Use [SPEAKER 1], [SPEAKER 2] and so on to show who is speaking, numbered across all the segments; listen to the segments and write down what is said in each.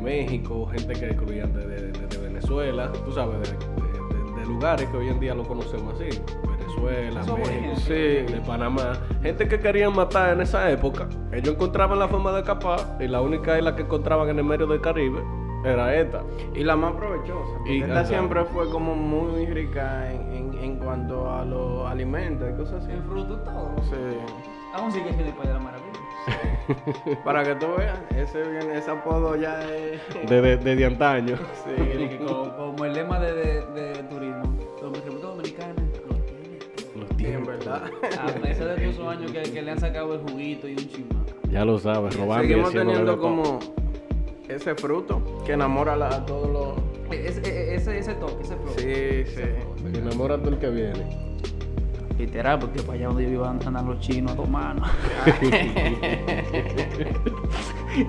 [SPEAKER 1] México, gente que incluían de, de- de- de Venezuela, tú sabes, de, de- de- de lugares que hoy en día lo conocemos así. Venezuela,
[SPEAKER 2] Esos
[SPEAKER 1] México,
[SPEAKER 2] aborígenes.
[SPEAKER 1] sí, de Panamá. Gente que querían matar en esa época. Ellos encontraban la forma de escapar y la única isla que encontraban en el medio del Caribe era esta.
[SPEAKER 3] Y la más provechosa. porque
[SPEAKER 1] Y-
[SPEAKER 3] esta
[SPEAKER 1] ajá.
[SPEAKER 3] siempre fue como muy rica en, en- en cuanto a los alimentos y cosas así.
[SPEAKER 2] El fruto todo.
[SPEAKER 3] Sí.
[SPEAKER 2] Aún sigue siendo el país de la maravilla.
[SPEAKER 3] Para que tú veas, ese, viene- ese apodo ya es.
[SPEAKER 1] Desde de, antaño.
[SPEAKER 2] Y que como, como el lema de, de, de turismo, los tributos dominicanos los tienen.
[SPEAKER 1] Los
[SPEAKER 3] Sí, en
[SPEAKER 1] tiempos,
[SPEAKER 3] verdad.
[SPEAKER 2] A pesar pues, de todos esos años que, que le han sacado el juguito y un chima.
[SPEAKER 1] ya lo sabes, robando y
[SPEAKER 3] Seguimos
[SPEAKER 1] haciéndole de
[SPEAKER 3] teniendo
[SPEAKER 1] todo.
[SPEAKER 3] como ese fruto que enamora a la- a todos los.
[SPEAKER 2] E- Ese, e- ese, ese toque, ese flow.
[SPEAKER 3] Sí, sí.
[SPEAKER 1] Enamórate el que viene.
[SPEAKER 2] Literal, porque para allá donde yo iba andan los chinos, los manos.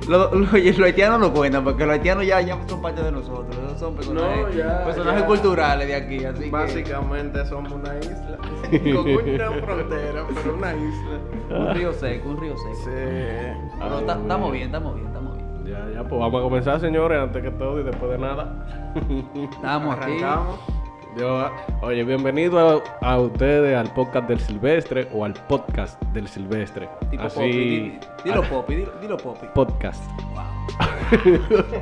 [SPEAKER 2] los, los, los haitianos no cuentan, porque los haitianos ya, ya son parte de nosotros. esos Son personajes,
[SPEAKER 3] No, ya,
[SPEAKER 2] personajes
[SPEAKER 3] ya.
[SPEAKER 2] culturales de aquí, así que-
[SPEAKER 3] Básicamente somos una isla. Con una frontera, pero una isla.
[SPEAKER 2] Un río seco, un río seco.
[SPEAKER 3] Sí.
[SPEAKER 2] Pero
[SPEAKER 1] Ay,
[SPEAKER 2] ta- estamos
[SPEAKER 1] güey.
[SPEAKER 2] bien, estamos bien, estamos bien.
[SPEAKER 1] Ah. Ya, ya, pues vamos a comenzar, señores, antes que todo y después de nada.
[SPEAKER 2] Estamos aquí.
[SPEAKER 3] Arrancamos.
[SPEAKER 1] Yo, oye, bienvenido a, a ustedes al podcast del Silvestre o al podcast del Silvestre.
[SPEAKER 2] Tipo
[SPEAKER 1] Así,
[SPEAKER 2] Poppy. di- Dilo
[SPEAKER 1] ah,
[SPEAKER 2] Poppy, dilo, dilo Poppy.
[SPEAKER 1] podcast.
[SPEAKER 2] Wow.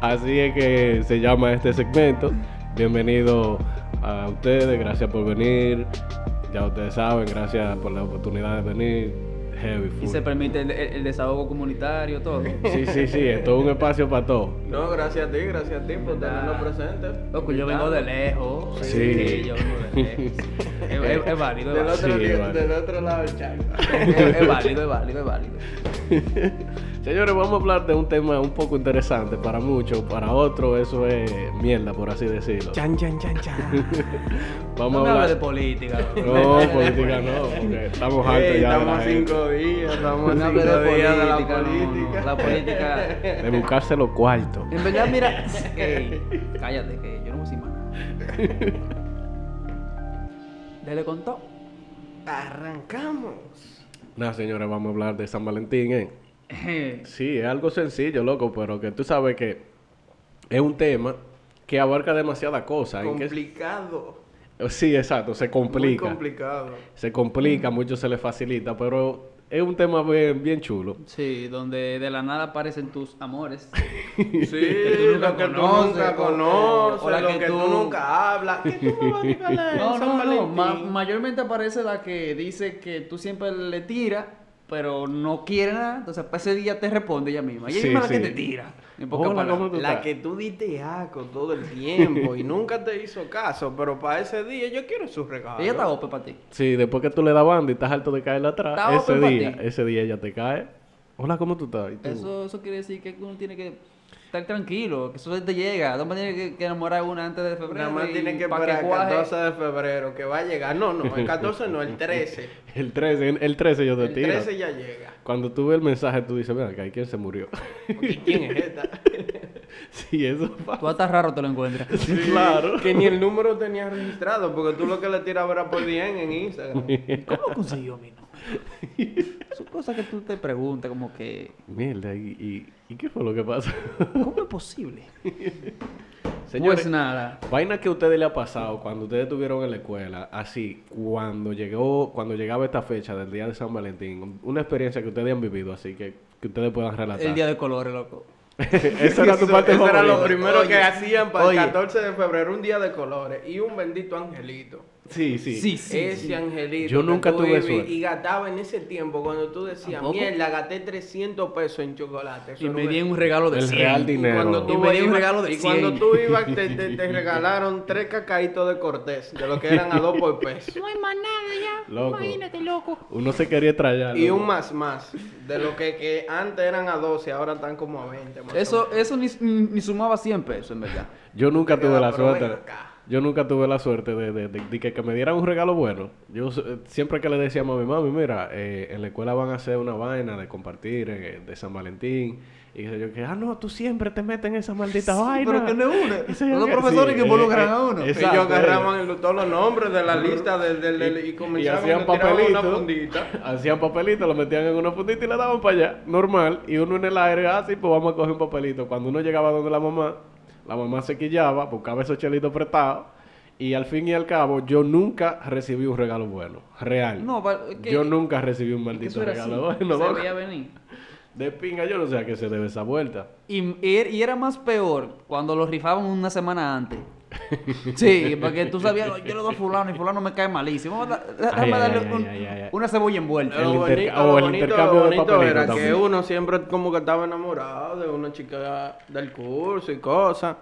[SPEAKER 1] Así es que se llama este segmento. Bienvenido a ustedes, gracias por venir. Ya ustedes saben, gracias por la oportunidad de venir. Heavy
[SPEAKER 2] Y
[SPEAKER 1] full.
[SPEAKER 2] se permite el, el- el desahogo comunitario, todo.
[SPEAKER 1] Sí, sí, sí, esto es un espacio para todo.
[SPEAKER 3] No, gracias a ti, gracias a ti por tenernos presente.
[SPEAKER 2] Loco, yo vengo de lejos.
[SPEAKER 1] Sí.
[SPEAKER 2] yo vengo de lejos. es, es- es válido, es
[SPEAKER 3] Del
[SPEAKER 2] válido.
[SPEAKER 3] otro,
[SPEAKER 1] Sí,
[SPEAKER 3] día-
[SPEAKER 1] vale.
[SPEAKER 3] del otro lado del charco.
[SPEAKER 2] Es, es válido, es válido, es válido.
[SPEAKER 1] Señores, vamos a hablar de un tema un poco interesante para muchos, para otros eso es mierda, por así decirlo.
[SPEAKER 3] Chan, chan, chan, chan.
[SPEAKER 1] Vamos
[SPEAKER 2] no me
[SPEAKER 1] a
[SPEAKER 2] hables
[SPEAKER 1] hablar
[SPEAKER 2] de política.
[SPEAKER 1] No, política no, porque estamos altos
[SPEAKER 3] Ey,
[SPEAKER 1] ya de
[SPEAKER 3] estamos
[SPEAKER 1] la
[SPEAKER 3] a
[SPEAKER 1] gente.
[SPEAKER 3] cinco días, estamos
[SPEAKER 2] No
[SPEAKER 3] a
[SPEAKER 2] me
[SPEAKER 3] cinco
[SPEAKER 2] hables
[SPEAKER 3] días
[SPEAKER 2] de
[SPEAKER 3] de la
[SPEAKER 2] política. no, no, no.
[SPEAKER 3] política.
[SPEAKER 2] La política.
[SPEAKER 1] de buscarse los cuartos.
[SPEAKER 2] En verdad, mira. Ey, cállate, que yo no voy a decir más nada. Dele con todo.
[SPEAKER 3] Arrancamos.
[SPEAKER 1] Nada, señores, vamos a hablar de San Valentín, ¿eh?
[SPEAKER 2] Eh,
[SPEAKER 1] Sí, es algo sencillo, loco, pero que tú sabes que es un tema que abarca demasiadas cosas. ¿en qué-
[SPEAKER 3] Complicado.
[SPEAKER 1] Sí, exacto, se
[SPEAKER 3] Muy
[SPEAKER 1] complica.
[SPEAKER 3] complicado.
[SPEAKER 1] se complica, mucho se le facilita, pero es un tema bien, bien chulo.
[SPEAKER 2] Sí, donde de la nada aparecen tus amores.
[SPEAKER 3] Sí,
[SPEAKER 2] nunca
[SPEAKER 3] lo que tú
[SPEAKER 2] conoces,
[SPEAKER 3] nunca
[SPEAKER 2] o-
[SPEAKER 3] conoces,
[SPEAKER 2] o la
[SPEAKER 3] lo
[SPEAKER 2] que
[SPEAKER 3] que tú
[SPEAKER 2] tú-
[SPEAKER 3] nunca hablas. ¿Qué tú me vas a regalar en
[SPEAKER 2] No,
[SPEAKER 3] San
[SPEAKER 2] no, no.
[SPEAKER 3] Valentín?
[SPEAKER 2] ma- mayormente aparece la que dice que tú siempre le tiras, pero no quiere nada. Entonces, para ese día te responde ella misma. Y ella
[SPEAKER 1] Sí,
[SPEAKER 2] misma es la
[SPEAKER 1] sí.
[SPEAKER 2] que te tira. En pocas
[SPEAKER 1] Hola,
[SPEAKER 2] palabras.
[SPEAKER 1] ¿cómo tú
[SPEAKER 3] La
[SPEAKER 1] estás?
[SPEAKER 3] que tú diste asco todo el tiempo y nunca te hizo caso, pero para ese día yo quiero su regalo.
[SPEAKER 2] Ella está open para ti.
[SPEAKER 1] Sí, después que tú le das banda y estás harto de caerle atrás,
[SPEAKER 2] Está
[SPEAKER 1] ese
[SPEAKER 2] open pa'
[SPEAKER 1] día,
[SPEAKER 2] ti.
[SPEAKER 1] ese día ella te cae. Hola, ¿cómo tú estás? ¿Y tú?
[SPEAKER 2] Eso, eso quiere decir que uno tiene que estar tranquilo, que eso te llega. No tiene que, que enamorar a una antes de febrero.
[SPEAKER 3] Nada más
[SPEAKER 2] y
[SPEAKER 3] tienen que
[SPEAKER 2] pa'
[SPEAKER 3] esperar el
[SPEAKER 2] cuaje.
[SPEAKER 3] 14 de febrero que va a llegar. No, no, el 14 no, el 13.
[SPEAKER 1] El 13, en- el 13 yo te
[SPEAKER 3] El
[SPEAKER 1] tiro.
[SPEAKER 3] 13 ya llega.
[SPEAKER 1] Cuando tú ves el mensaje, tú dices, mira, que hay quien se murió.
[SPEAKER 3] ¿Y quién es esta?
[SPEAKER 1] sí, eso pasa.
[SPEAKER 2] Tú hasta raro te lo encuentras.
[SPEAKER 1] Claro.
[SPEAKER 3] Que ni el número tenía registrado, porque tú lo que le tiras era por bien en Instagram.
[SPEAKER 2] ¿Cómo consiguió mi nombre? Son cosas que tú te preguntas, como que,
[SPEAKER 1] Mierda, ¿y, y, y qué fue lo que pasó?
[SPEAKER 2] ¿cómo es posible?
[SPEAKER 1] Señores,
[SPEAKER 2] Pues nada.
[SPEAKER 1] vaina que a ustedes le ha pasado cuando ustedes estuvieron en la escuela, así, cuando llegó, cuando llegaba esta fecha del día de San Valentín, una experiencia que ustedes han vivido, así que, que ustedes puedan relatar.
[SPEAKER 2] El día de colores, loco.
[SPEAKER 1] Esa era tu
[SPEAKER 3] Eso-
[SPEAKER 1] parte
[SPEAKER 3] eso era lo
[SPEAKER 1] favorita.
[SPEAKER 3] primero
[SPEAKER 2] Oye,
[SPEAKER 3] que hacían para
[SPEAKER 2] oye.
[SPEAKER 3] el 14 de febrero, un día de colores y un bendito angelito.
[SPEAKER 1] Sí, sí.
[SPEAKER 3] Ese angelito.
[SPEAKER 1] Yo
[SPEAKER 3] que
[SPEAKER 1] nunca
[SPEAKER 3] tú
[SPEAKER 1] tuve
[SPEAKER 3] ibas
[SPEAKER 1] suerte.
[SPEAKER 3] Y gastaba en ese tiempo cuando tú decías,
[SPEAKER 2] ¿Tampoco?
[SPEAKER 3] mierda, gasté 300 pesos en chocolate. Eso
[SPEAKER 2] Y
[SPEAKER 3] no
[SPEAKER 2] me
[SPEAKER 3] es".
[SPEAKER 2] dieron un regalo de
[SPEAKER 1] El
[SPEAKER 2] 100.
[SPEAKER 1] real
[SPEAKER 3] Y
[SPEAKER 1] dinero.
[SPEAKER 3] cuando tú
[SPEAKER 2] Y me dio un
[SPEAKER 3] ibas-
[SPEAKER 2] regalo de
[SPEAKER 3] y cuando
[SPEAKER 2] 100.
[SPEAKER 3] tú ibas, te, te- te regalaron tres cacaitos de cortés, de lo que eran a dos por peso.
[SPEAKER 4] No hay más nada ya.
[SPEAKER 1] Loco.
[SPEAKER 4] Imagínate, loco.
[SPEAKER 1] Uno se quería trallar.
[SPEAKER 3] Y
[SPEAKER 1] loco.
[SPEAKER 3] un más más, de lo que, que antes eran a 12, ahora están como a 20. más o
[SPEAKER 2] Eso, eso ni, ni sumaba 100 pesos, en verdad.
[SPEAKER 1] Yo nunca
[SPEAKER 3] Pero,
[SPEAKER 1] tuve la
[SPEAKER 3] pero ven
[SPEAKER 1] suerte.
[SPEAKER 3] acá.
[SPEAKER 1] Yo nunca tuve la suerte de, de- de- de que, que me dieran un regalo bueno. Yo eh, siempre que le decía a mami, mami, mira, eh, en la escuela van a hacer una vaina de compartir eh, de San Valentín. Y qué sé yo, que, ah, no, tú siempre te metes en esa maldita
[SPEAKER 2] Sí,
[SPEAKER 1] vaina.
[SPEAKER 2] pero que no es una.
[SPEAKER 1] Qué sé yo
[SPEAKER 2] Son los
[SPEAKER 1] qué.
[SPEAKER 2] profesores
[SPEAKER 1] Sí,
[SPEAKER 2] que involucran
[SPEAKER 1] eh,
[SPEAKER 2] a uno.
[SPEAKER 1] eh,
[SPEAKER 3] Ellos
[SPEAKER 1] Exacto,
[SPEAKER 3] agarraban el- todos los nombres de la lista del- del- del- y,
[SPEAKER 1] Y, y
[SPEAKER 3] comenzaban
[SPEAKER 1] hacían
[SPEAKER 3] le tiraban
[SPEAKER 1] papelitos.
[SPEAKER 3] una fundita.
[SPEAKER 1] Hacían papelitos, lo metían en una fundita y le daban para allá. Normal. Y uno en el aire, así, pues vamos a coger un papelito. Cuando uno llegaba donde la mamá, la mamá se quillaba, buscaba esos chelitos prestados. Y al fin y al cabo, yo nunca recibí un regalo bueno. Real.
[SPEAKER 2] No, va- que-
[SPEAKER 1] Yo nunca recibí un maldito
[SPEAKER 2] Eso era así.
[SPEAKER 1] regalo bueno.
[SPEAKER 2] se
[SPEAKER 1] loco.
[SPEAKER 2] veía venir.
[SPEAKER 1] De pinga, yo no sé a qué se debe esa vuelta.
[SPEAKER 2] Y, y er- y era más peor cuando lo rifaban una semana antes. Sí, porque tú sabías, yo le doy a fulano y fulano me cae malísimo. Vamos a- Déjame
[SPEAKER 1] ay,
[SPEAKER 2] darle
[SPEAKER 1] ay,
[SPEAKER 2] un-
[SPEAKER 1] ay, ay, ay.
[SPEAKER 2] una cebolla envuelta.
[SPEAKER 1] El
[SPEAKER 3] Lo
[SPEAKER 1] interca-
[SPEAKER 3] bonito-
[SPEAKER 1] o
[SPEAKER 3] lo
[SPEAKER 1] el
[SPEAKER 3] bonito-
[SPEAKER 1] intercambio
[SPEAKER 3] lo
[SPEAKER 1] de
[SPEAKER 3] bonito
[SPEAKER 1] papelitos
[SPEAKER 3] era que
[SPEAKER 1] también.
[SPEAKER 3] uno siempre como que estaba enamorado de una chica del curso y cosas.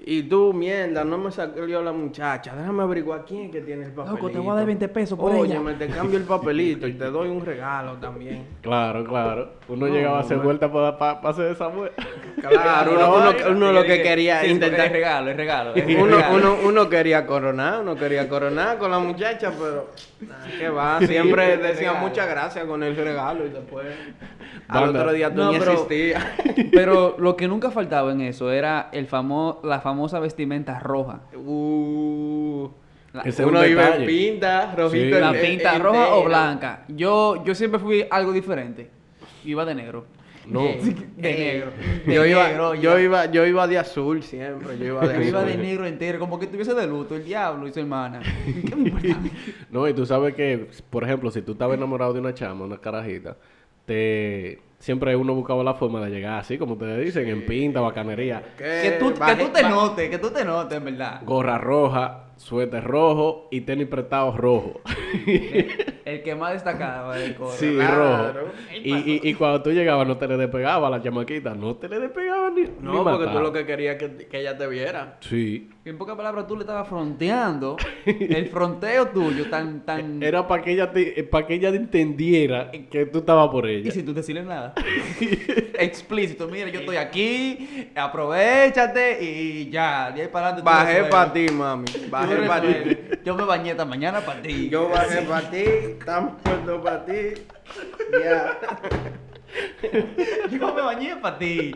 [SPEAKER 3] Y tú, mierda, no me salió la muchacha. Déjame averiguar quién es que tiene el papelito.
[SPEAKER 2] Loco, te voy a dar 20 pesos por
[SPEAKER 3] Oye,
[SPEAKER 2] ella.
[SPEAKER 3] me te cambio el papelito y te doy un regalo también.
[SPEAKER 1] Claro, claro. Uno llegaba a hacer vuelta para hacer esa vuelta.
[SPEAKER 3] Claro, uno, uno- uno lo que quería
[SPEAKER 2] Sí, Es
[SPEAKER 3] intentar.
[SPEAKER 2] regalo, es regalo. es
[SPEAKER 3] Uno,
[SPEAKER 2] regalo.
[SPEAKER 3] uno, uno quería coronar, uno quería coronar con la muchacha, pero nah, qué va, siempre
[SPEAKER 2] Sí,
[SPEAKER 3] decía
[SPEAKER 2] regalo.
[SPEAKER 3] muchas gracias con el regalo y después al
[SPEAKER 1] Banda.
[SPEAKER 3] otro día tú
[SPEAKER 2] No,
[SPEAKER 3] ni
[SPEAKER 2] pero-
[SPEAKER 3] existías.
[SPEAKER 2] Pero lo que nunca faltaba en eso era el famo la famosa vestimenta roja.
[SPEAKER 3] Uh,
[SPEAKER 2] La-
[SPEAKER 1] Ese es un
[SPEAKER 3] uno iba
[SPEAKER 1] detalle.
[SPEAKER 3] en pinta, rojito.
[SPEAKER 1] Sí.
[SPEAKER 2] la
[SPEAKER 3] en-
[SPEAKER 2] pinta
[SPEAKER 3] en-
[SPEAKER 2] roja o
[SPEAKER 3] entero.
[SPEAKER 2] blanca. Yo, yo siempre fui algo diferente. Yo iba de negro.
[SPEAKER 1] No.
[SPEAKER 2] De negro. De
[SPEAKER 3] Eh, Yo iba,
[SPEAKER 2] negro,
[SPEAKER 3] yo iba, yo iba de azul siempre, yo iba de
[SPEAKER 2] Yo
[SPEAKER 3] azul.
[SPEAKER 2] iba de negro entero, como que estuviese de luto, el diablo y su hermana. ¿Qué me importa a mí?
[SPEAKER 1] No, y tú sabes que, por ejemplo, si tú estabas enamorado de una chama, una carajita, te siempre uno buscaba la forma de llegar así, como ustedes dicen, en pinta, bacanería.
[SPEAKER 3] Eh,
[SPEAKER 2] Que tú, que
[SPEAKER 3] bajé-
[SPEAKER 2] tú te
[SPEAKER 3] ba-
[SPEAKER 2] notes, que tú te notes, en verdad.
[SPEAKER 1] Gorra roja, suéter rojo y tenis prestados rojo.
[SPEAKER 2] El que más destacaba del coro.
[SPEAKER 1] sí,
[SPEAKER 3] claro.
[SPEAKER 1] rojo. Y, y, y cuando tú llegabas no te le despegaba a la chamaquita, no te le despegaba ni
[SPEAKER 3] No, porque tú lo que querías que, que ella te viera.
[SPEAKER 1] Sí.
[SPEAKER 2] En pocas palabras, tú le estabas fronteando. El fronteo tuyo, tan, tan.
[SPEAKER 3] Eh,
[SPEAKER 1] Era para que ella te, para que ella entendiera que tú estabas por ella.
[SPEAKER 2] Y sin tú decirle nada. Explícito, mira, yo estoy aquí, aprovechate y ya, de ahí para adelante. tú
[SPEAKER 3] Bajé
[SPEAKER 2] resuelves.
[SPEAKER 3] para ti, mami.
[SPEAKER 2] Tú
[SPEAKER 3] Bajé para ti.
[SPEAKER 2] resuelves. Yo me bañé esta mañana para ti.
[SPEAKER 3] Yo bajé para ti, estamos puestos para ti. Ya.
[SPEAKER 2] Yo me bañé para ti.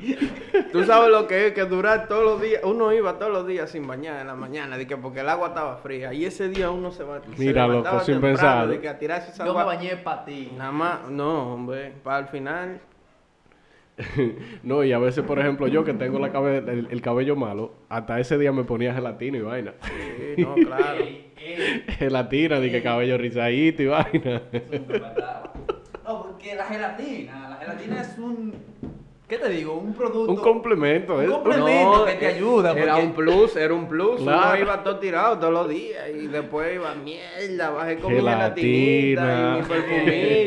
[SPEAKER 3] Tú sabes lo que es que durar todos los días. Uno iba todos los días sin bañar en la mañana, de que porque el agua estaba fría. Y ese día uno se va. se
[SPEAKER 1] Mira, loco,
[SPEAKER 3] levantaba
[SPEAKER 1] sin
[SPEAKER 3] temprano,
[SPEAKER 1] pensar.
[SPEAKER 3] de que a tirarse esa
[SPEAKER 2] Yo me
[SPEAKER 3] agua-
[SPEAKER 2] bañé para ti.
[SPEAKER 3] Nada más, no, hombre. Para el final.
[SPEAKER 1] No, y a veces, por ejemplo, yo que tengo la cabe- el, el cabello malo, hasta ese día me ponía gelatina y vaina.
[SPEAKER 3] Sí, no, claro.
[SPEAKER 1] Gelatina, dije cabello rizadito y vaina.
[SPEAKER 2] No, porque la gelatina, la gelatina es un. ¿Qué te digo? Un producto.
[SPEAKER 1] Un complemento,
[SPEAKER 2] Un
[SPEAKER 1] ¿eh?
[SPEAKER 2] comple- Complemento que te
[SPEAKER 3] eh,
[SPEAKER 2] ayuda,
[SPEAKER 3] Era
[SPEAKER 2] porque-
[SPEAKER 3] un plus, era un plus. Uno
[SPEAKER 1] Claro.
[SPEAKER 3] iba todo tirado todos los días. Y después iba, mierda, bajé con mi
[SPEAKER 1] Gelatina.
[SPEAKER 3] gelatinita y mi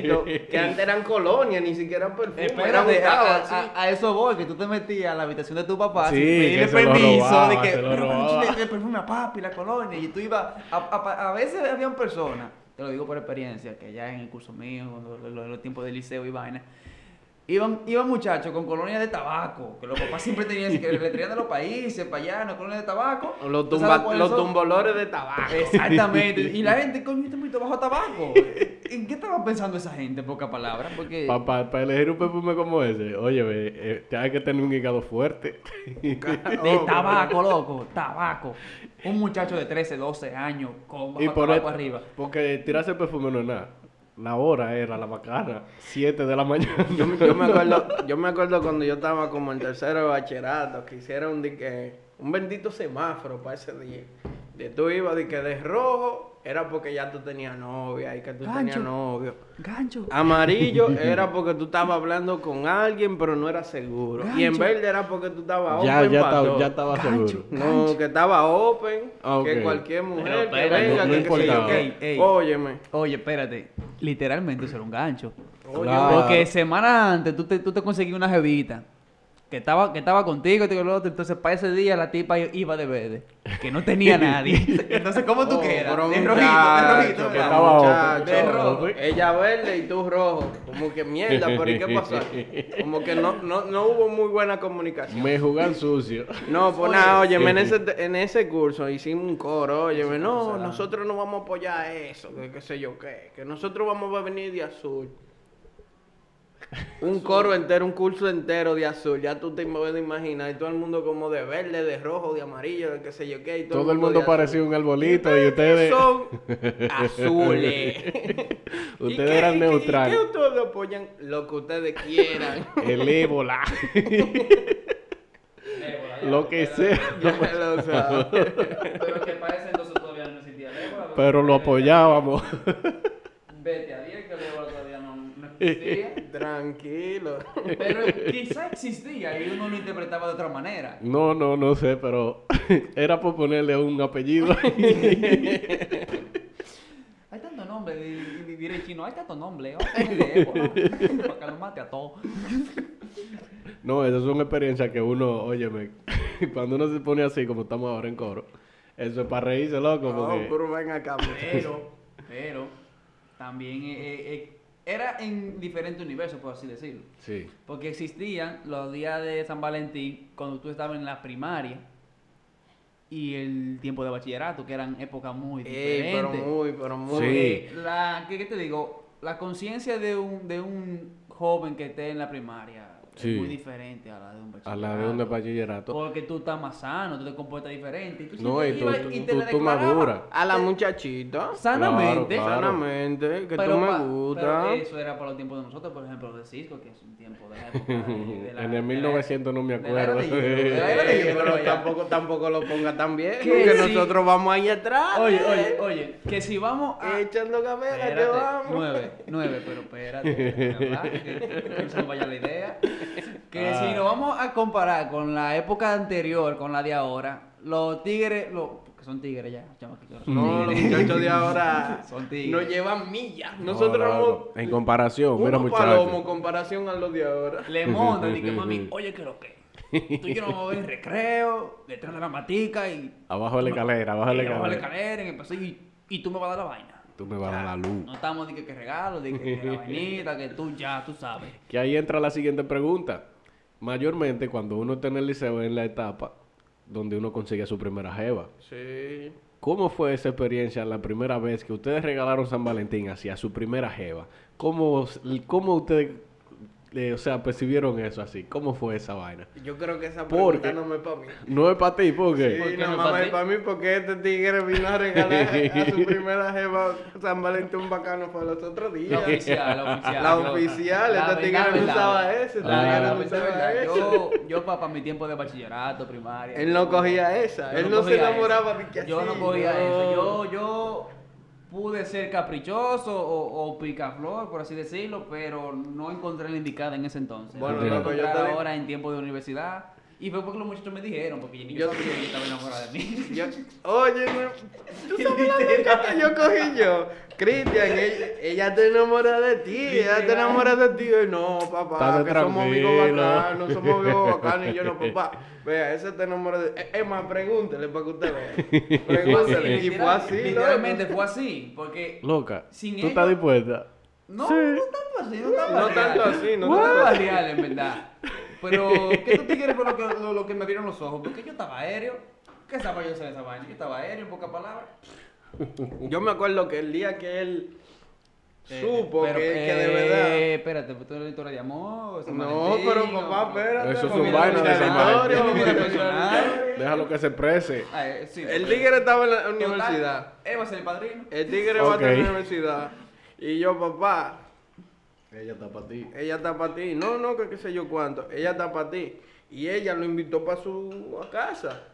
[SPEAKER 3] perfumito. que antes eran colonias, ni siquiera perfume. Era
[SPEAKER 2] Eh, Espérate, a,
[SPEAKER 3] botado
[SPEAKER 2] a-
[SPEAKER 3] así.
[SPEAKER 2] a- a eso voy, que tú te metías a la habitación de tu papá
[SPEAKER 1] Sí,
[SPEAKER 2] sin pedirle
[SPEAKER 1] que se lo
[SPEAKER 2] permiso,
[SPEAKER 1] robaba,
[SPEAKER 2] de que
[SPEAKER 1] se lo
[SPEAKER 2] "Mira, mami,
[SPEAKER 1] robaba".
[SPEAKER 2] chile, el perfume a papi, la colonia, y tú ibas, a, a- a veces habían personas, te lo digo por experiencia, que ya en el curso mío, cuando lo- lo- los tiempos del liceo y vaina, iban, iban muchachos con colonias de tabaco, que los papás siempre tenían, que le traían de los países, para allá, una colonia de tabaco.
[SPEAKER 3] Los,
[SPEAKER 2] ¿Tú
[SPEAKER 3] tumba-
[SPEAKER 2] sabes cuáles
[SPEAKER 3] los
[SPEAKER 2] son?
[SPEAKER 3] tumbolores de tabaco.
[SPEAKER 2] Exactamente, y la gente, coño, este muy bajo tabaco. ¿En qué estaba pensando esa gente, en pocas palabras? Porque...
[SPEAKER 1] Para elegir un perfume como ese, oye, ve, eh, te hay que tener un hígado fuerte.
[SPEAKER 2] De tabaco, loco, tabaco. Un muchacho de 13, 12 años con bajo
[SPEAKER 1] y por e-
[SPEAKER 2] tabaco arriba.
[SPEAKER 1] Porque tirarse el perfume no es nada. La hora era la bacana, 7 de la mañana.
[SPEAKER 3] Yo, me- yo me acuerdo, yo me acuerdo cuando yo estaba como en tercero de bachillerato, que hicieron de que, un bendito semáforo para ese día. De tú ibas de que de rojo era porque ya tú tenías novia y que tú tenías
[SPEAKER 2] Gancho.
[SPEAKER 3] novio.
[SPEAKER 2] Gancho.
[SPEAKER 3] Amarillo era porque tú estabas hablando con alguien, pero no era seguro. Y en
[SPEAKER 2] Gancho.
[SPEAKER 3] verde era porque tú estabas
[SPEAKER 1] ya,
[SPEAKER 3] open
[SPEAKER 1] ya,
[SPEAKER 3] pa'
[SPEAKER 1] estaba,
[SPEAKER 3] todo.
[SPEAKER 1] ya estaba
[SPEAKER 2] Gancho.
[SPEAKER 1] seguro.
[SPEAKER 3] No, que estaba open,
[SPEAKER 1] Ah, ok.
[SPEAKER 3] que cualquier mujer
[SPEAKER 2] Pero
[SPEAKER 3] que
[SPEAKER 2] espérate,
[SPEAKER 1] no-
[SPEAKER 3] venga, que
[SPEAKER 1] no
[SPEAKER 3] qué sé yo
[SPEAKER 1] importaba.
[SPEAKER 3] qué.
[SPEAKER 2] Ey, ey.
[SPEAKER 3] Óyeme.
[SPEAKER 2] Oye, espérate. Literalmente eso era un gancho.
[SPEAKER 3] Óyeme.
[SPEAKER 1] Claro.
[SPEAKER 2] Porque semana antes tú te, tú te conseguí una jevita que estaba, que estaba contigo, te otro. Entonces, para ese día la tipa iba de verde. Que no tenía nadie. Entonces, ¿cómo tú
[SPEAKER 3] Oh,
[SPEAKER 2] quedas?
[SPEAKER 3] pero
[SPEAKER 2] De rojito,
[SPEAKER 3] muchacho,
[SPEAKER 2] de rojito.
[SPEAKER 3] que
[SPEAKER 2] ¿verdad?
[SPEAKER 1] estaba
[SPEAKER 3] muchacho.
[SPEAKER 1] open.
[SPEAKER 2] De rojo.
[SPEAKER 1] pues.
[SPEAKER 3] Ella verde y tú rojo. Como que mierda, pero ¿y qué pasó? aquí? Como que no, no, no hubo muy buena comunicación.
[SPEAKER 1] Me jugan sucio.
[SPEAKER 3] No, pues nada, óyeme, en ese, en ese curso hicimos un coro, óyeme, no, nosotros no vamos a apoyar eso, que qué sé yo qué, que nosotros vamos a venir de azul. un coro entero, un curso entero de azul, ya tú te puedes imaginar, y todo el mundo como de verde, de rojo, de amarillo, de qué sé yo qué, y
[SPEAKER 1] Todo el mundo
[SPEAKER 3] de
[SPEAKER 1] parecía un arbolito y ustedes,
[SPEAKER 3] azul. Son azules. ¿Y
[SPEAKER 1] ustedes
[SPEAKER 3] qué-
[SPEAKER 1] eran
[SPEAKER 3] y qué- y
[SPEAKER 1] neutrales.
[SPEAKER 3] qué ustedes apoyan lo que ustedes quieran.
[SPEAKER 1] El ébola, lo que sea.
[SPEAKER 3] ya lo sabes.
[SPEAKER 2] Pero que para ese entonces todavía no existía el ébola.
[SPEAKER 1] Pero lo apoyábamos.
[SPEAKER 2] Vete a 10, que el ébola todavía no, no existía.
[SPEAKER 3] Tranquilo.
[SPEAKER 2] Pero quizá existía y uno lo interpretaba de otra manera.
[SPEAKER 1] No, no, no sé, pero era por ponerle un apellido.
[SPEAKER 2] Hay tantos nombres, di- di- di- diré chino, hay tantos nombres. Vamos a ponerle ébola. Para que lo mate a todos.
[SPEAKER 1] No, eso es una experiencia que uno, óyeme, cuando uno se pone así como estamos ahora en coro, eso es para reírse, loco,
[SPEAKER 3] No,
[SPEAKER 1] porque...
[SPEAKER 3] pero ven acá, muchachos.
[SPEAKER 2] Pero, pero, también eh, eh, eh, era en diferentes universos, por así decirlo.
[SPEAKER 1] Sí.
[SPEAKER 2] Porque existían los días de San Valentín cuando tú estabas en la primaria y el tiempo de bachillerato, que eran épocas muy
[SPEAKER 3] Ey, Eh, pero
[SPEAKER 2] diferentes.
[SPEAKER 3] muy, pero muy.
[SPEAKER 1] Sí.
[SPEAKER 2] Eh, la, ¿qué, qué te digo? La conciencia de un, de un joven que esté en la primaria
[SPEAKER 1] Sí.
[SPEAKER 2] es muy diferente a la de un bachillerato.
[SPEAKER 1] A la de un de bachillerato.
[SPEAKER 2] Porque tú estás más sano, tú te comportas diferente. Y tú
[SPEAKER 1] No,
[SPEAKER 2] siempre
[SPEAKER 1] y tú,
[SPEAKER 2] ibas
[SPEAKER 1] tú,
[SPEAKER 2] y te
[SPEAKER 1] tú-
[SPEAKER 2] la
[SPEAKER 1] tú
[SPEAKER 2] declarabas
[SPEAKER 1] maduras.
[SPEAKER 3] A la muchachita.
[SPEAKER 2] Sanamente.
[SPEAKER 1] Claro, claro.
[SPEAKER 3] Sanamente, que
[SPEAKER 2] Pero
[SPEAKER 3] tú
[SPEAKER 2] pa-
[SPEAKER 3] me
[SPEAKER 2] pero
[SPEAKER 3] gustas.
[SPEAKER 2] eso era para los tiempos de nosotros, por ejemplo, de Cisco, que es un tiempo de la época. de- de la-
[SPEAKER 1] en
[SPEAKER 2] de
[SPEAKER 1] el
[SPEAKER 2] la-
[SPEAKER 1] 1900 no me
[SPEAKER 2] de la era
[SPEAKER 1] acuerdo.
[SPEAKER 2] de hielo, de la era de hielo,
[SPEAKER 3] Ey,
[SPEAKER 2] pero
[SPEAKER 3] Eh, pero
[SPEAKER 2] ya.
[SPEAKER 3] tampoco, tampoco lo ponga tan bien.
[SPEAKER 2] Que
[SPEAKER 3] Porque
[SPEAKER 2] sí.
[SPEAKER 3] nosotros vamos ahí atrás. Ah,
[SPEAKER 2] Oye, oye, oye, que si vamos a.
[SPEAKER 3] Echando cabela, que
[SPEAKER 2] Espérate,
[SPEAKER 3] vamos.
[SPEAKER 2] nueve, nueve, pero espérate, ¿verdad? que, que no se nos vaya la idea. Que
[SPEAKER 1] Ah.
[SPEAKER 2] si nos vamos a comparar con la época anterior, con la de ahora, los tigres, los, que son tigres ya, chamaquitos, son
[SPEAKER 1] Mm.
[SPEAKER 3] No, los
[SPEAKER 2] tigres.
[SPEAKER 3] muchachos de ahora
[SPEAKER 2] Son tigres.
[SPEAKER 3] nos llevan millas. Nosotros
[SPEAKER 1] No,
[SPEAKER 3] éramos
[SPEAKER 1] loco. En comparación, mira,
[SPEAKER 3] unos
[SPEAKER 1] muchachos.
[SPEAKER 3] palomos en comparación a los de ahora.
[SPEAKER 2] Le montan, dije, mami, oye, que lo que. Tú y yo nos vamos a ver en recreo, detrás de la matica y.
[SPEAKER 1] Abajo de la escalera, abajo de la
[SPEAKER 2] y abajo de la
[SPEAKER 1] escalera.
[SPEAKER 2] escalera, en el pasillo, y, y tú me vas a dar la vaina.
[SPEAKER 1] Tú me vas a dar la luz.
[SPEAKER 2] No estamos, dije, que regalo, dije, que la vainita, que tú ya, tú sabes.
[SPEAKER 1] Que ahí entra la siguiente pregunta. Mayormente cuando uno está en el liceo es en la etapa donde uno consigue su primera jeva.
[SPEAKER 3] Sí.
[SPEAKER 1] ¿Cómo fue esa experiencia la primera vez que ustedes regalaron San Valentín hacia su primera jeva? ¿Cómo, cómo ustedes, eh, o sea, percibieron eso así? ¿Cómo fue esa vaina?
[SPEAKER 3] Yo creo que esa
[SPEAKER 1] ¿Por
[SPEAKER 3] pregunta
[SPEAKER 1] qué?
[SPEAKER 3] no me es para mí.
[SPEAKER 1] No es para ti, ¿por qué?
[SPEAKER 2] ¿Por qué
[SPEAKER 3] Sí, no
[SPEAKER 2] no
[SPEAKER 3] mames,
[SPEAKER 2] pa' ti?
[SPEAKER 3] para mí porque este tigre vino a regalar a su primera jeva San Valentín bacano para los otros
[SPEAKER 2] La
[SPEAKER 3] días.
[SPEAKER 2] oficial, la oficial.
[SPEAKER 3] La
[SPEAKER 2] yo-
[SPEAKER 3] oficial,
[SPEAKER 2] la
[SPEAKER 3] esta tigre
[SPEAKER 2] verdad,
[SPEAKER 3] no
[SPEAKER 2] verdad.
[SPEAKER 3] usaba ese, esta
[SPEAKER 2] La
[SPEAKER 1] tigre
[SPEAKER 2] verdad,
[SPEAKER 3] no
[SPEAKER 2] esa
[SPEAKER 3] usaba
[SPEAKER 2] verdad.
[SPEAKER 3] ese.
[SPEAKER 2] Yo, yo para, mi tiempo de bachillerato, primaria.
[SPEAKER 3] Él no cogía esa,
[SPEAKER 2] yo
[SPEAKER 3] él no se
[SPEAKER 2] cogía
[SPEAKER 3] enamoraba
[SPEAKER 2] esa.
[SPEAKER 3] de que
[SPEAKER 2] Yo
[SPEAKER 3] así,
[SPEAKER 2] no cogía
[SPEAKER 3] no.
[SPEAKER 2] eso. Yo, yo pude ser caprichoso o, o picaflor, por así decirlo, pero no encontré la indicada en ese entonces.
[SPEAKER 3] Bueno,
[SPEAKER 2] la
[SPEAKER 3] loco, yo
[SPEAKER 2] encontré
[SPEAKER 3] te digo-
[SPEAKER 2] ahora en tiempo de universidad. Y fue porque los muchachos me dijeron, porque yo ni yo
[SPEAKER 3] Yo-
[SPEAKER 2] sabía que estaba enamorada de mí.
[SPEAKER 3] Yo- oye, no, tú sabes la loca que yo cogí yo. Cristian, ella, ella te enamora de ti, ella te enamora de ti. Y no, papá,
[SPEAKER 1] Estate
[SPEAKER 3] que somos amigos
[SPEAKER 1] tranquilo.
[SPEAKER 3] bacanos, somos amigos bacanos. Y yo no, papá, vea, esa te enamora de ti. Es más, pregúntele para que usted vea. Pregúntele. Y fue
[SPEAKER 2] Literal-
[SPEAKER 3] así, loco.
[SPEAKER 2] Literalmente fue así, porque
[SPEAKER 1] Loca,
[SPEAKER 2] Sin
[SPEAKER 1] ¿tú
[SPEAKER 2] ella-
[SPEAKER 1] estás dispuesta?
[SPEAKER 2] No,
[SPEAKER 1] Sí.
[SPEAKER 2] no tanto así, no tanto
[SPEAKER 3] No
[SPEAKER 2] así.
[SPEAKER 3] tanto así, no
[SPEAKER 2] Wow.
[SPEAKER 3] tanto así.
[SPEAKER 2] real, en verdad. Pero, ¿qué tú te quieres con lo que, lo, lo que me vieron los ojos? Porque yo estaba aéreo. ¿Qué estaba yo hacer esa vaina? Yo estaba aéreo, en pocas palabras.
[SPEAKER 3] Yo me acuerdo que el día que él
[SPEAKER 2] Eh,
[SPEAKER 3] supo
[SPEAKER 2] pero,
[SPEAKER 3] que, que de
[SPEAKER 2] eh,
[SPEAKER 3] verdad.
[SPEAKER 2] Espérate, pues tú eres la historia de amor. San
[SPEAKER 3] No,
[SPEAKER 2] Valentín,
[SPEAKER 3] pero
[SPEAKER 2] o-
[SPEAKER 3] papá, espérate.
[SPEAKER 1] Eso es
[SPEAKER 3] porque
[SPEAKER 1] un
[SPEAKER 3] yo
[SPEAKER 1] vaina
[SPEAKER 3] soy
[SPEAKER 1] de San
[SPEAKER 3] territorio,
[SPEAKER 2] Valentín.
[SPEAKER 3] porque yo soy
[SPEAKER 2] Personal.
[SPEAKER 3] territorio.
[SPEAKER 1] Déjalo que se exprese.
[SPEAKER 2] Ah, eh, sí,
[SPEAKER 3] El
[SPEAKER 2] pero-
[SPEAKER 3] tigre estaba en la
[SPEAKER 2] Total,
[SPEAKER 3] universidad.
[SPEAKER 2] Él va a ser el padrino.
[SPEAKER 3] El tigre va a estar en
[SPEAKER 1] Ok.
[SPEAKER 3] la universidad. Y yo, papá,
[SPEAKER 1] Ella está para ti.
[SPEAKER 3] ella está para ti. No, no, que qué sé yo cuánto. Ella está para ti. Y ella lo invitó para su a casa.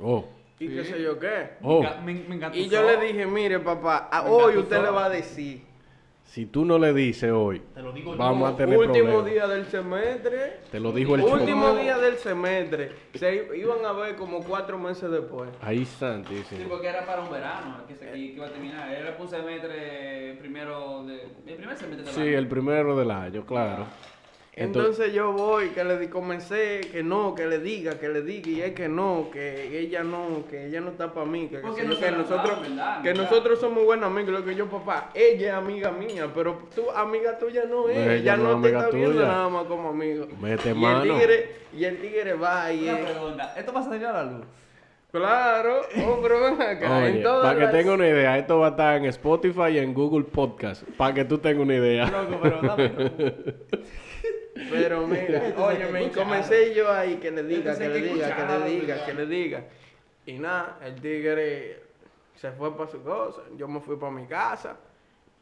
[SPEAKER 1] Oh,
[SPEAKER 3] Y qué
[SPEAKER 2] Sí.
[SPEAKER 3] sé yo qué.
[SPEAKER 1] oh.
[SPEAKER 2] Me enca- Me, me encantó.
[SPEAKER 3] Y yo le dije, mire, papá, a- hoy usted le va a decir.
[SPEAKER 1] Si tú no le dices hoy,
[SPEAKER 2] Te lo digo yo.
[SPEAKER 1] vamos a tener
[SPEAKER 3] Último
[SPEAKER 1] problemas.
[SPEAKER 3] día del semestre.
[SPEAKER 1] Te lo dijo el
[SPEAKER 3] Último
[SPEAKER 1] chico.
[SPEAKER 3] día del semestre. Se i- iban a ver como cuatro meses después.
[SPEAKER 1] Ahí santísimo.
[SPEAKER 2] Sí, porque era para un verano, que,
[SPEAKER 3] Eh.
[SPEAKER 2] se, que iba a terminar. Era un semestre primero de... El primer semestre del
[SPEAKER 1] Sí,
[SPEAKER 2] año.
[SPEAKER 1] el primero del año, claro. Entonces,
[SPEAKER 3] Entonces yo voy, que le di- comencé, que no, que le diga, que le diga, y es que no, que ella no, que ella no está para mí, que, qué
[SPEAKER 2] Porque
[SPEAKER 3] sé yo,
[SPEAKER 2] no se
[SPEAKER 3] que
[SPEAKER 2] la
[SPEAKER 3] nosotros,
[SPEAKER 2] daban, ¿verdad?
[SPEAKER 3] que
[SPEAKER 2] ¿verdad?
[SPEAKER 3] nosotros somos buenos amigos, lo que yo, papá, ella es amiga mía, pero tú, amiga tuya no es,
[SPEAKER 1] No,
[SPEAKER 3] ella, no, te
[SPEAKER 1] amiga
[SPEAKER 3] está viendo
[SPEAKER 1] tuya.
[SPEAKER 3] nada más como amigo.
[SPEAKER 1] Mete
[SPEAKER 3] y
[SPEAKER 1] mano.
[SPEAKER 3] El tigre, y el tigre va y
[SPEAKER 2] Una
[SPEAKER 3] es-
[SPEAKER 2] pregunta, ¿esto va a salir a la luz?
[SPEAKER 3] Claro, hombre, ven acá. en
[SPEAKER 1] Oye,
[SPEAKER 3] todas
[SPEAKER 1] para que
[SPEAKER 3] las-
[SPEAKER 1] tenga una idea, esto va a estar en Spotify y en Google Podcast. Para que tú tengas una idea.
[SPEAKER 2] Loco, pero dame tú.
[SPEAKER 3] Pero mira,
[SPEAKER 2] Entonces,
[SPEAKER 3] oye,
[SPEAKER 2] qué
[SPEAKER 3] me
[SPEAKER 2] cuchara.
[SPEAKER 3] comencé yo ahí que le diga,
[SPEAKER 2] Entonces,
[SPEAKER 3] que le
[SPEAKER 2] qué
[SPEAKER 3] diga, que
[SPEAKER 2] cuchara,
[SPEAKER 3] le diga,
[SPEAKER 2] cuidado.
[SPEAKER 3] que le diga. Y nada, el tigre se fue para su cosa. Yo me fui para mi casa.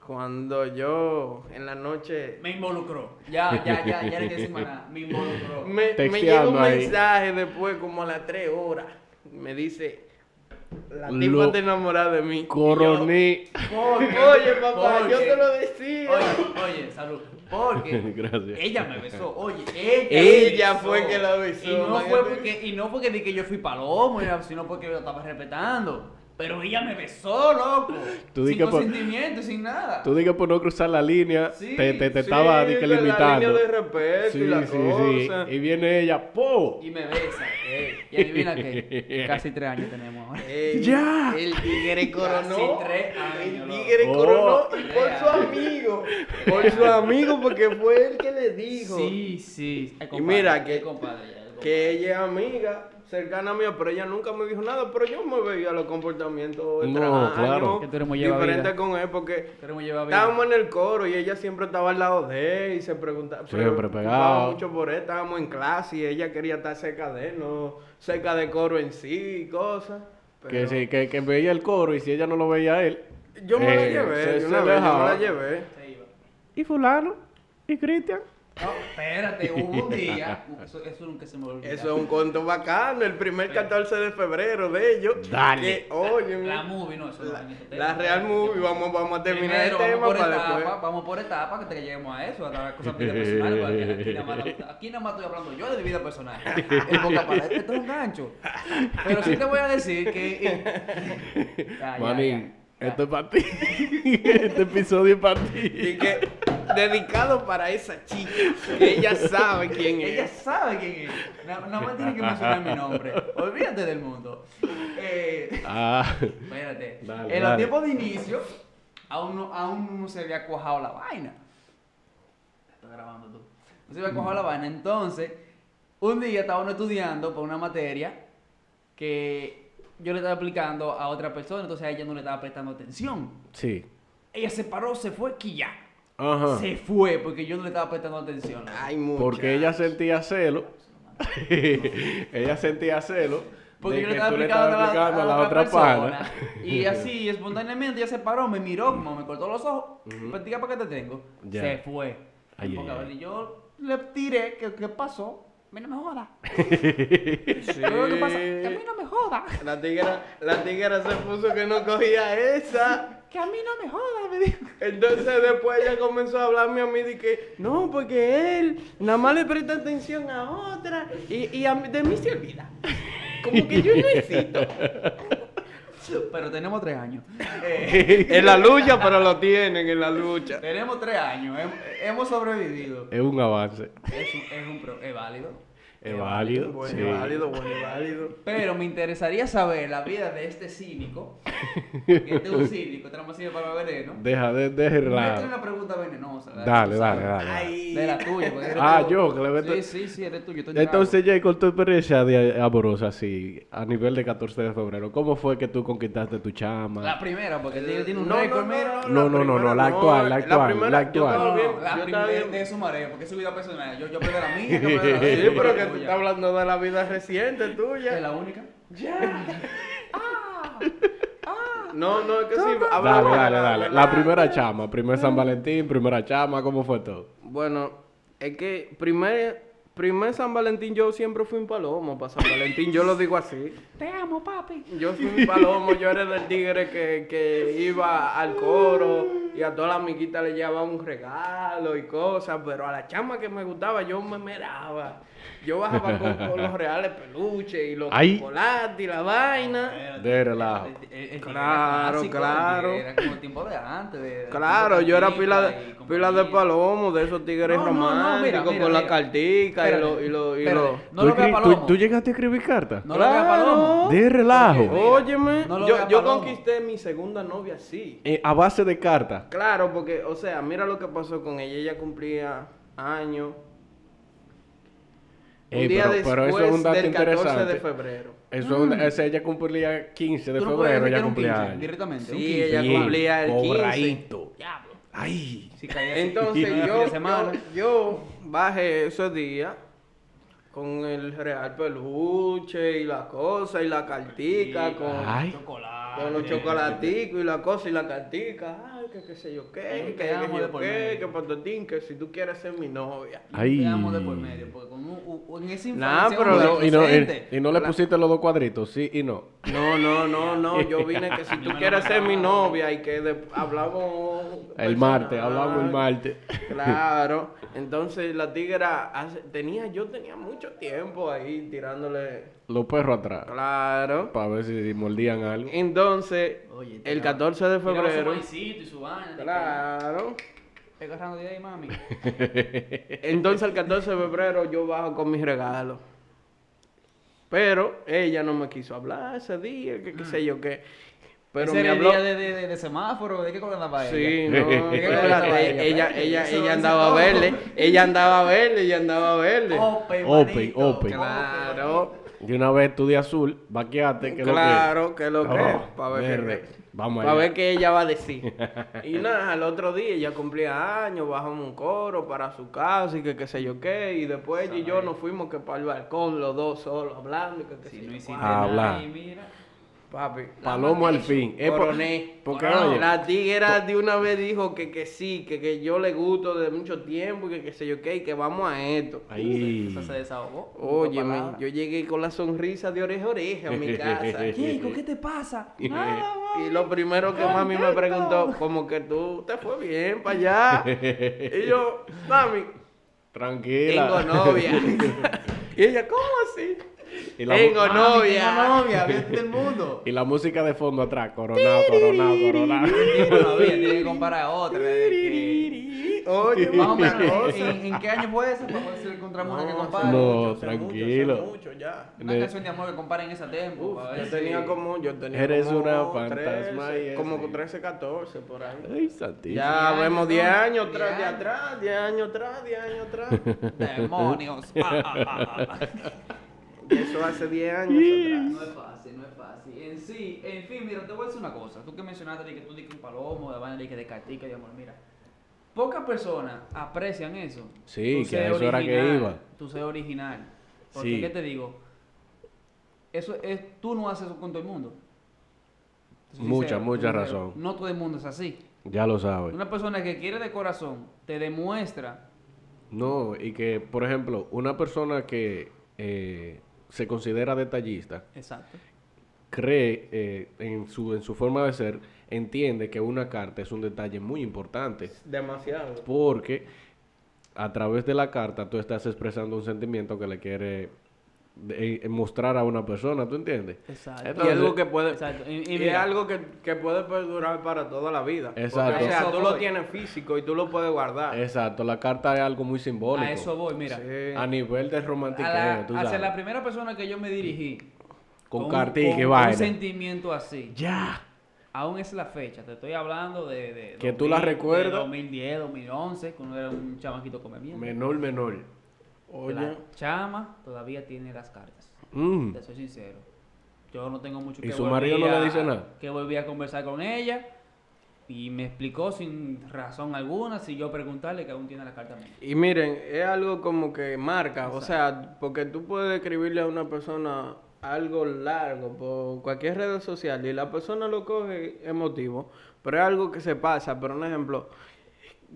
[SPEAKER 3] Cuando yo en la noche
[SPEAKER 2] Me involucró. Ya, ya, ya, ya no hay que decir más nada. Me involucró.
[SPEAKER 3] me, me llega
[SPEAKER 1] Texteando
[SPEAKER 3] un
[SPEAKER 1] ahí.
[SPEAKER 3] mensaje después, como a las 3 horas, me dice: La tipa
[SPEAKER 1] Lo-
[SPEAKER 3] está enamorada de mí.
[SPEAKER 1] Coroní.
[SPEAKER 3] Y
[SPEAKER 2] Porque-
[SPEAKER 3] yo, Oye, papá, yo
[SPEAKER 2] porque-
[SPEAKER 3] te lo decía.
[SPEAKER 2] Oye, oye, salud. Porque
[SPEAKER 1] Gracias.
[SPEAKER 2] ella me besó. Oye, ella. me
[SPEAKER 3] Ella fue que la besó,
[SPEAKER 2] Y no
[SPEAKER 3] man,
[SPEAKER 2] fue
[SPEAKER 3] yo te-
[SPEAKER 2] porque, y no porque di que yo fui palomo, y nada, sino porque yo la estaba respetando. Pero ella me besó, loco.
[SPEAKER 1] Tú di
[SPEAKER 2] sin
[SPEAKER 1] que por-
[SPEAKER 2] consentimiento, sin nada.
[SPEAKER 1] Tú digas por no cruzar la línea,
[SPEAKER 2] Sí,
[SPEAKER 1] te, te, te
[SPEAKER 3] Sí,
[SPEAKER 1] estaba di que
[SPEAKER 3] con la línea
[SPEAKER 1] limitando.
[SPEAKER 3] de respeto y
[SPEAKER 1] Sí,
[SPEAKER 3] la
[SPEAKER 1] sí, sí.
[SPEAKER 3] cosa.
[SPEAKER 1] Y viene ella, ¡po!
[SPEAKER 2] Y me besa. Y adivina qué. Casi tres años tenemos ahora.
[SPEAKER 3] Ey,
[SPEAKER 1] ¡Ya!
[SPEAKER 3] El tigre coronó.
[SPEAKER 2] Casi tres años,
[SPEAKER 3] el tigre
[SPEAKER 1] loco.
[SPEAKER 3] coronó y
[SPEAKER 2] Oh.
[SPEAKER 3] por su amigo. Por su amigo, porque fue él que le dijo
[SPEAKER 2] Sí, sí. El
[SPEAKER 3] Y mira que-
[SPEAKER 2] el compadre, ya, el compadre.
[SPEAKER 3] que ella es amiga cercana a mí, pero ella nunca me dijo nada. Pero yo me veía los comportamientos
[SPEAKER 1] No,
[SPEAKER 3] extraños,
[SPEAKER 1] claro.
[SPEAKER 2] Que tú eres muy
[SPEAKER 3] diferentes
[SPEAKER 2] llevavida.
[SPEAKER 3] con él, porque
[SPEAKER 2] Queremos llevar vida.
[SPEAKER 3] Estábamos en el coro y ella siempre estaba al lado de él y se preguntaba.
[SPEAKER 1] Siempre
[SPEAKER 3] preocupaba
[SPEAKER 1] pegado.
[SPEAKER 3] mucho por él, estábamos en clase y ella quería estar cerca de él, no cerca de coro en sí y cosas.
[SPEAKER 1] Que
[SPEAKER 3] pero
[SPEAKER 1] sí, que, que veía el coro y si ella no lo veía a él.
[SPEAKER 3] Yo me la
[SPEAKER 1] eh,
[SPEAKER 3] llevé,
[SPEAKER 1] se-
[SPEAKER 3] de
[SPEAKER 1] se
[SPEAKER 3] una vez, yo me
[SPEAKER 1] dejaba.
[SPEAKER 3] la llevé.
[SPEAKER 2] Se iba.
[SPEAKER 1] Y fulano, y Cristian.
[SPEAKER 2] No, espérate, hubo un día. Uh, Eso, eso nunca se me olvidó.
[SPEAKER 3] Eso es un conto bacano, el primer 14 de febrero de ellos.
[SPEAKER 1] Dale.
[SPEAKER 3] Que, oye,
[SPEAKER 2] La
[SPEAKER 3] la,
[SPEAKER 2] movie, no, eso no es en este
[SPEAKER 3] la
[SPEAKER 2] tema.
[SPEAKER 3] Real Movie, vamos, vamos a terminar
[SPEAKER 2] Primero,
[SPEAKER 3] el este tema
[SPEAKER 2] vamos por
[SPEAKER 3] para
[SPEAKER 2] etapa,
[SPEAKER 3] después.
[SPEAKER 2] Vamos por etapas que te que lleguemos a eso, a las cosas de vida personal. porque Aquí nada, más, aquí nada más estoy hablando yo de mi vida personal. En poca palabra, esto es un gancho. Pero sí te voy a decir que. eh, Ah, Ya, ya,
[SPEAKER 1] Manín,
[SPEAKER 2] ya.
[SPEAKER 1] esto es para ti. este episodio es para ti.
[SPEAKER 3] Y que dedicado para esa chica, que ella sabe quién es.
[SPEAKER 2] Ella sabe quién es. Nada nada más tiene que mencionar mi nombre. Olvídate del mundo. Eh.
[SPEAKER 1] Ah,
[SPEAKER 2] Espérate.
[SPEAKER 1] Dale,
[SPEAKER 2] en
[SPEAKER 1] dale.
[SPEAKER 2] los tiempos de inicio, aún no, aún no se había cuajado la vaina. Estoy grabando tú. No se había cuajado la vaina. Entonces, un día estaba uno estudiando para una materia que yo le estaba aplicando a otra persona, entonces a ella no le estaba prestando atención.
[SPEAKER 1] sí.
[SPEAKER 2] Ella se paró, se fue, quilla.
[SPEAKER 1] Ajá.
[SPEAKER 2] Se fue porque yo no le estaba prestando atención.
[SPEAKER 3] Ay, muchacho.
[SPEAKER 1] Porque ella sentía celo. ella sentía celo.
[SPEAKER 2] Porque
[SPEAKER 1] de
[SPEAKER 2] yo
[SPEAKER 1] que
[SPEAKER 2] le estaba
[SPEAKER 1] tú le
[SPEAKER 2] aplicando
[SPEAKER 1] estabas aplicando a la otra pana.
[SPEAKER 2] persona. Y así, espontáneamente, ella se paró, me miró, como me cortó los ojos. Practica para qué te tengo.
[SPEAKER 1] Ya.
[SPEAKER 2] Se fue.
[SPEAKER 1] Ay,
[SPEAKER 2] Porque,
[SPEAKER 1] ay,
[SPEAKER 2] a ver,
[SPEAKER 1] ay.
[SPEAKER 2] y yo le tiré, ¿qué, qué pasó? A mí no me joda.
[SPEAKER 3] Sí.
[SPEAKER 2] Yo, ¿Qué pasa? Que a mí no me joda.
[SPEAKER 3] La tigra, la tigra se puso que no cogía esa.
[SPEAKER 2] Que a mí no me joda, me dijo.
[SPEAKER 3] Entonces después ella comenzó a hablarme a mí de que no, porque él nada más le presta atención a otra y, y a mí- de mí se olvida. Como que yo no existo.
[SPEAKER 2] Pero tenemos tres años. Eh,
[SPEAKER 3] en la lucha, pero lo tienen en la lucha.
[SPEAKER 2] Tenemos tres años. Hem- Hemos sobrevivido.
[SPEAKER 1] Es un avance.
[SPEAKER 2] Es, un, es, un pro- es válido.
[SPEAKER 1] Es válido.
[SPEAKER 3] Bueno,
[SPEAKER 1] sí.
[SPEAKER 3] válido, bueno, válido.
[SPEAKER 2] Pero me interesaría saber la vida de este cínico. Porque este es un cínico, este no me sirve para veneno.
[SPEAKER 1] Deja de,
[SPEAKER 2] No es
[SPEAKER 1] déjela.
[SPEAKER 2] una pregunta venenosa. la
[SPEAKER 1] Dale,
[SPEAKER 2] tú
[SPEAKER 1] dale,
[SPEAKER 2] sabes.
[SPEAKER 1] dale. dale.
[SPEAKER 2] De la tuya. porque eres
[SPEAKER 1] Ah,
[SPEAKER 2] tú.
[SPEAKER 1] yo, que le meto-
[SPEAKER 2] Sí, sí, sí, eres tuyo. estoy
[SPEAKER 1] Entonces, Jay, con tu experiencia de amorosa, así, a nivel de 14 de febrero, ¿cómo fue que tú conquistaste tu
[SPEAKER 2] trago.
[SPEAKER 1] chama?
[SPEAKER 2] La primera, porque tiene tiene un
[SPEAKER 3] No, no,
[SPEAKER 2] récord,
[SPEAKER 3] no,
[SPEAKER 2] mira.
[SPEAKER 3] no,
[SPEAKER 1] No, no, no, no, la actual, la actual,
[SPEAKER 3] primera-
[SPEAKER 1] la
[SPEAKER 3] yo estaba
[SPEAKER 1] actual.
[SPEAKER 2] No,
[SPEAKER 3] bien,
[SPEAKER 2] no, la
[SPEAKER 3] yo
[SPEAKER 2] primera
[SPEAKER 3] estaba bien.
[SPEAKER 2] de su mareo, porque es su vida personal. Yo, yo perdí la mía, yo perdí la de
[SPEAKER 3] Sí,
[SPEAKER 2] ella, yo perdí
[SPEAKER 3] pero que tú
[SPEAKER 2] la
[SPEAKER 3] estás
[SPEAKER 2] tuya.
[SPEAKER 3] hablando de la vida reciente
[SPEAKER 2] Es
[SPEAKER 3] tuya.
[SPEAKER 2] la única.
[SPEAKER 3] Ya.
[SPEAKER 4] Ah,
[SPEAKER 3] No, no, es que sí. habla-
[SPEAKER 1] Dale,
[SPEAKER 3] habla-
[SPEAKER 1] dale, dale.
[SPEAKER 3] habla-
[SPEAKER 1] La primera chama, primer San Valentín, primera chama, ¿cómo fue todo?
[SPEAKER 3] Bueno, es que primer, primer San Valentín yo siempre fui un palomo para San Valentín, yo lo digo así.
[SPEAKER 2] Te amo, papi.
[SPEAKER 3] Yo fui un palomo, yo era del tigre que, que iba al coro y a todas las amiguitas le llevaba un regalo y cosas, pero a la chama que me gustaba yo me meraba. Yo bajaba con, con los reales peluches y los
[SPEAKER 1] Ay.
[SPEAKER 3] chocolates y la
[SPEAKER 2] Eh,
[SPEAKER 3] vaina.
[SPEAKER 1] De relajo.
[SPEAKER 2] El- el- el
[SPEAKER 3] Claro,
[SPEAKER 2] tigre clásico,
[SPEAKER 3] claro.
[SPEAKER 2] el tigre Era eh, como el tiempo de antes. de- de-
[SPEAKER 3] Claro, yo era pila de,
[SPEAKER 2] eh, y
[SPEAKER 3] pila de
[SPEAKER 2] compañía.
[SPEAKER 3] palomo, de esos
[SPEAKER 2] No,
[SPEAKER 3] tigres
[SPEAKER 2] no, no, mira,
[SPEAKER 3] románticos
[SPEAKER 2] mira,
[SPEAKER 3] con la
[SPEAKER 2] mira.
[SPEAKER 3] cartica y
[SPEAKER 2] Espérate,
[SPEAKER 3] los... Y lo, y
[SPEAKER 2] espérate.
[SPEAKER 3] lo-
[SPEAKER 2] No
[SPEAKER 1] ¿Tú,
[SPEAKER 2] lo vea
[SPEAKER 1] escri- tú-
[SPEAKER 2] palomo.
[SPEAKER 1] tú llegaste a escribir cartas?
[SPEAKER 2] No lo Oh, vea palomo.
[SPEAKER 1] De relajo.
[SPEAKER 2] Porque, mira,
[SPEAKER 3] Óyeme,
[SPEAKER 2] no lo
[SPEAKER 3] yo,
[SPEAKER 2] vea
[SPEAKER 3] yo
[SPEAKER 2] palomo.
[SPEAKER 3] conquisté mi segunda novia así.
[SPEAKER 1] Eh, a base de cartas.
[SPEAKER 3] Claro, porque, o sea, mira lo que pasó con ella. Ella cumplía años.
[SPEAKER 1] Ey,
[SPEAKER 3] un día
[SPEAKER 1] Eh, pero- pero eso es
[SPEAKER 3] después
[SPEAKER 1] un dato
[SPEAKER 3] del 14
[SPEAKER 1] interesante.
[SPEAKER 3] de Mm. febrero.
[SPEAKER 1] Eso es un- ese ella cumplía 15 de
[SPEAKER 2] Tú no puedes
[SPEAKER 1] febrero,
[SPEAKER 2] decir que
[SPEAKER 1] ella
[SPEAKER 2] era un
[SPEAKER 1] cumplía
[SPEAKER 2] pinche,
[SPEAKER 1] años.
[SPEAKER 2] directamente. un
[SPEAKER 3] Sí,
[SPEAKER 2] pinche.
[SPEAKER 3] ella
[SPEAKER 1] Bien,
[SPEAKER 3] cumplía el 15.
[SPEAKER 1] cobradito.
[SPEAKER 2] Diablo.
[SPEAKER 1] Ay.
[SPEAKER 2] Sí, caía así.
[SPEAKER 3] Entonces
[SPEAKER 2] Fin
[SPEAKER 3] yo,
[SPEAKER 2] de semana.
[SPEAKER 3] yo, yo bajé esos días con el real peluche y la cosa y la cartica, con,
[SPEAKER 1] Ay.
[SPEAKER 2] Chocolate.
[SPEAKER 3] con los chocolaticos y la cosa y la cartica. Ay, que qué sé yo
[SPEAKER 2] Hay
[SPEAKER 3] qué,
[SPEAKER 2] un
[SPEAKER 3] que
[SPEAKER 2] pedazo
[SPEAKER 3] qué
[SPEAKER 2] de
[SPEAKER 3] yo
[SPEAKER 2] por
[SPEAKER 3] qué,
[SPEAKER 2] medio.
[SPEAKER 3] que patotín, que si tú quieres ser mi novia.
[SPEAKER 1] Ay.
[SPEAKER 2] Te amo de por medio, porque con un, u- u- en esa
[SPEAKER 3] Nah,
[SPEAKER 2] infancia
[SPEAKER 3] pero
[SPEAKER 2] uno
[SPEAKER 1] No,
[SPEAKER 2] es
[SPEAKER 1] y, no, y,
[SPEAKER 2] inocente.
[SPEAKER 1] y no le pusiste los dos cuadritos, sí y no.
[SPEAKER 3] No, no, no, no, yo vine que si tú quieres ser mi novia y que de- hablamos...
[SPEAKER 1] El
[SPEAKER 3] personal.
[SPEAKER 1] martes, hablamos el martes.
[SPEAKER 3] Claro, entonces la tigra hace- tenía, yo tenía mucho tiempo ahí tirándole,
[SPEAKER 1] Los perros atrás.
[SPEAKER 3] claro.
[SPEAKER 1] Para ver si mordían algo.
[SPEAKER 3] Entonces,
[SPEAKER 2] Oye, te
[SPEAKER 3] el
[SPEAKER 2] la-
[SPEAKER 3] 14 de
[SPEAKER 2] Tiraba su
[SPEAKER 3] febrero,
[SPEAKER 2] maicito y su vaina.
[SPEAKER 3] claro.
[SPEAKER 2] Estoy agarrando de ahí, mami.
[SPEAKER 3] Entonces el 14 de febrero yo bajo con mis regalos. Pero ella no me quiso hablar ese día, que qué sé yo qué. Pero
[SPEAKER 2] Mm. Ese
[SPEAKER 3] me
[SPEAKER 2] era el
[SPEAKER 3] habló.
[SPEAKER 2] día de, de, de, de semáforo, ¿de qué color andaba
[SPEAKER 3] Sí,
[SPEAKER 2] ella?
[SPEAKER 3] no,
[SPEAKER 2] ¿De qué
[SPEAKER 3] espérate,
[SPEAKER 2] color estaba ella?
[SPEAKER 3] ella,
[SPEAKER 2] Espérate,
[SPEAKER 3] ella,
[SPEAKER 2] eso
[SPEAKER 3] ella
[SPEAKER 2] dice
[SPEAKER 3] andaba
[SPEAKER 2] todo. Oh,
[SPEAKER 3] verde, ella andaba verde, ella andaba verde.
[SPEAKER 2] Open,
[SPEAKER 1] Open,
[SPEAKER 2] manito,
[SPEAKER 1] open.
[SPEAKER 3] Claro.
[SPEAKER 1] De una vez tú de azul, vaqueate, que
[SPEAKER 3] Claro, que
[SPEAKER 1] lo
[SPEAKER 3] lo
[SPEAKER 1] que.
[SPEAKER 3] que es, pa' ver qué-
[SPEAKER 1] Oh, verde. Vamos
[SPEAKER 3] Para
[SPEAKER 1] allá.
[SPEAKER 3] ver qué ella va a decir. Y nada, al otro día ella cumplía años, bajamos un coro para su casa y que qué sé yo qué. Y después ella y yo nos fuimos que para el balcón, los dos solos, hablando y que qué
[SPEAKER 2] Si
[SPEAKER 3] sé
[SPEAKER 2] no
[SPEAKER 3] yo.
[SPEAKER 2] hiciste
[SPEAKER 3] Ah,
[SPEAKER 1] Habla.
[SPEAKER 2] nada y mira.
[SPEAKER 3] Papi.
[SPEAKER 1] Palomo al fin. Es Eh, por-
[SPEAKER 3] coroné. Ah,
[SPEAKER 1] porque,
[SPEAKER 3] Coroné.
[SPEAKER 1] oye,
[SPEAKER 3] la tigra de una vez dijo que, que sí, que, que yo le gusto de mucho tiempo y que qué sé yo qué, y que vamos a esto.
[SPEAKER 1] Ahí.
[SPEAKER 2] Eso se desahogó.
[SPEAKER 3] Oye,
[SPEAKER 2] Con
[SPEAKER 3] men,
[SPEAKER 2] palabras.
[SPEAKER 3] yo llegué con la sonrisa de oreja a oreja a mi casa.
[SPEAKER 2] Chico, ¿qué te pasa? Nada,
[SPEAKER 3] Y lo primero que mami me preguntó, como que tú te fue bien para allá. Y yo, mami, tengo
[SPEAKER 1] Tranquila.
[SPEAKER 3] novia. Y ella, ¿cómo así?
[SPEAKER 1] Y la mu-
[SPEAKER 3] tengo
[SPEAKER 2] mami,
[SPEAKER 3] novia.
[SPEAKER 2] Tengo Ah, novia, bien del mundo.
[SPEAKER 1] Y la música de fondo atrás. Coronado, coronado, coronado.
[SPEAKER 2] Tiene una novia, tiene que comprar a otra. de que-
[SPEAKER 3] Oye,
[SPEAKER 2] Más o
[SPEAKER 3] mami,
[SPEAKER 2] menos, ¿en, en qué año fue eso? Para ver si encontramos una que compare.
[SPEAKER 1] no.
[SPEAKER 3] hace hace
[SPEAKER 1] tranquilo.
[SPEAKER 3] mucho ya.
[SPEAKER 2] Una canción de amor que comparen ese tiempo.
[SPEAKER 3] Uf,
[SPEAKER 2] para ver
[SPEAKER 3] yo
[SPEAKER 2] si-
[SPEAKER 3] tenía como, yo tenía
[SPEAKER 1] Eres
[SPEAKER 3] como
[SPEAKER 1] una
[SPEAKER 3] 13,
[SPEAKER 1] fantasma y Eh,
[SPEAKER 3] como
[SPEAKER 1] ese.
[SPEAKER 3] 13, 14 por ahí.
[SPEAKER 1] Ay, santísimo.
[SPEAKER 3] Ya
[SPEAKER 2] años,
[SPEAKER 3] vemos
[SPEAKER 2] ¿no?
[SPEAKER 3] 10 años atrás,
[SPEAKER 2] 10
[SPEAKER 3] de
[SPEAKER 2] años.
[SPEAKER 3] atrás, 10 años atrás, 10 años atrás.
[SPEAKER 2] Demonios. Ah, ah, ah, ah, ah.
[SPEAKER 3] Y Eso hace 10 años
[SPEAKER 2] No es fácil, no es fácil. En sí, en fin, mira, te voy a decir una cosa. Tú que mencionaste de que tú diste un palomo, de vaina de que de cartica, de amor, mira. Pocas personas aprecian eso.
[SPEAKER 1] Sí,
[SPEAKER 2] Tú
[SPEAKER 1] que
[SPEAKER 2] ser
[SPEAKER 1] a eso era que
[SPEAKER 2] original,
[SPEAKER 1] iba.
[SPEAKER 2] Tú ser original. Porque,
[SPEAKER 1] Sí.
[SPEAKER 2] ¿qué te digo? Eso es, tú no haces eso con todo el mundo. Te soy
[SPEAKER 1] Mucha,
[SPEAKER 2] sincero,
[SPEAKER 1] mucha
[SPEAKER 2] te soy
[SPEAKER 1] razón.
[SPEAKER 2] sincero. No todo el mundo es así.
[SPEAKER 1] Ya lo sabes.
[SPEAKER 2] Una persona que quiere de corazón te demuestra
[SPEAKER 1] No, y que, por ejemplo, una persona que eh, se considera detallista,
[SPEAKER 2] Exacto.
[SPEAKER 1] cree eh, en, su, en su forma de ser, entiende que una carta es un detalle muy importante.
[SPEAKER 3] atrás. Demasiado.
[SPEAKER 1] Porque a través de la carta tú estás expresando un sentimiento que le quiere de- eh, mostrar a una persona, ¿tú entiendes?
[SPEAKER 2] Exacto.
[SPEAKER 3] Y algo que puede,
[SPEAKER 2] Exacto. Y,
[SPEAKER 3] y
[SPEAKER 2] y mira,
[SPEAKER 3] es algo que, que puede perdurar para toda la vida.
[SPEAKER 1] Exacto. Eh,
[SPEAKER 3] Porque, o sea,
[SPEAKER 2] Eso
[SPEAKER 3] tú
[SPEAKER 2] voy.
[SPEAKER 3] lo tienes físico y tú lo puedes guardar.
[SPEAKER 1] Exacto, la carta es algo muy simbólico.
[SPEAKER 2] Ah. a eso voy, mira.
[SPEAKER 3] Sí.
[SPEAKER 1] A nivel de
[SPEAKER 2] A
[SPEAKER 1] romantiqueo,
[SPEAKER 2] la-
[SPEAKER 1] tú
[SPEAKER 2] hacia
[SPEAKER 1] sabes.
[SPEAKER 2] la primera persona que yo me dirigí.
[SPEAKER 1] Con
[SPEAKER 2] un-
[SPEAKER 1] carta
[SPEAKER 2] con-
[SPEAKER 1] y que
[SPEAKER 2] con
[SPEAKER 1] vaina.
[SPEAKER 2] Un sentimiento así.
[SPEAKER 1] Ya.
[SPEAKER 2] Aún es la fecha. Te estoy hablando de. de
[SPEAKER 1] Que tú la
[SPEAKER 2] de
[SPEAKER 1] recuerdas.
[SPEAKER 2] 2010, 2011, cuando era un chamaquito come bien.
[SPEAKER 1] Menor, menor.
[SPEAKER 3] Oye,
[SPEAKER 2] chama todavía tiene las cartas.
[SPEAKER 1] Mm.
[SPEAKER 2] Te soy sincero. Yo no tengo mucho
[SPEAKER 1] ¿Y
[SPEAKER 2] que
[SPEAKER 1] su marido
[SPEAKER 2] volví
[SPEAKER 1] no le
[SPEAKER 2] a-
[SPEAKER 1] dice nada?
[SPEAKER 2] Que volví a conversar con ella. Y me explicó sin razón alguna si yo preguntarle que aún tiene la carta mía.
[SPEAKER 3] y miren, es algo como que marca, o sea, porque tú puedes escribirle a una persona algo largo por cualquier red social y la persona lo coge emotivo, pero es algo que se pasa. Por un ejemplo,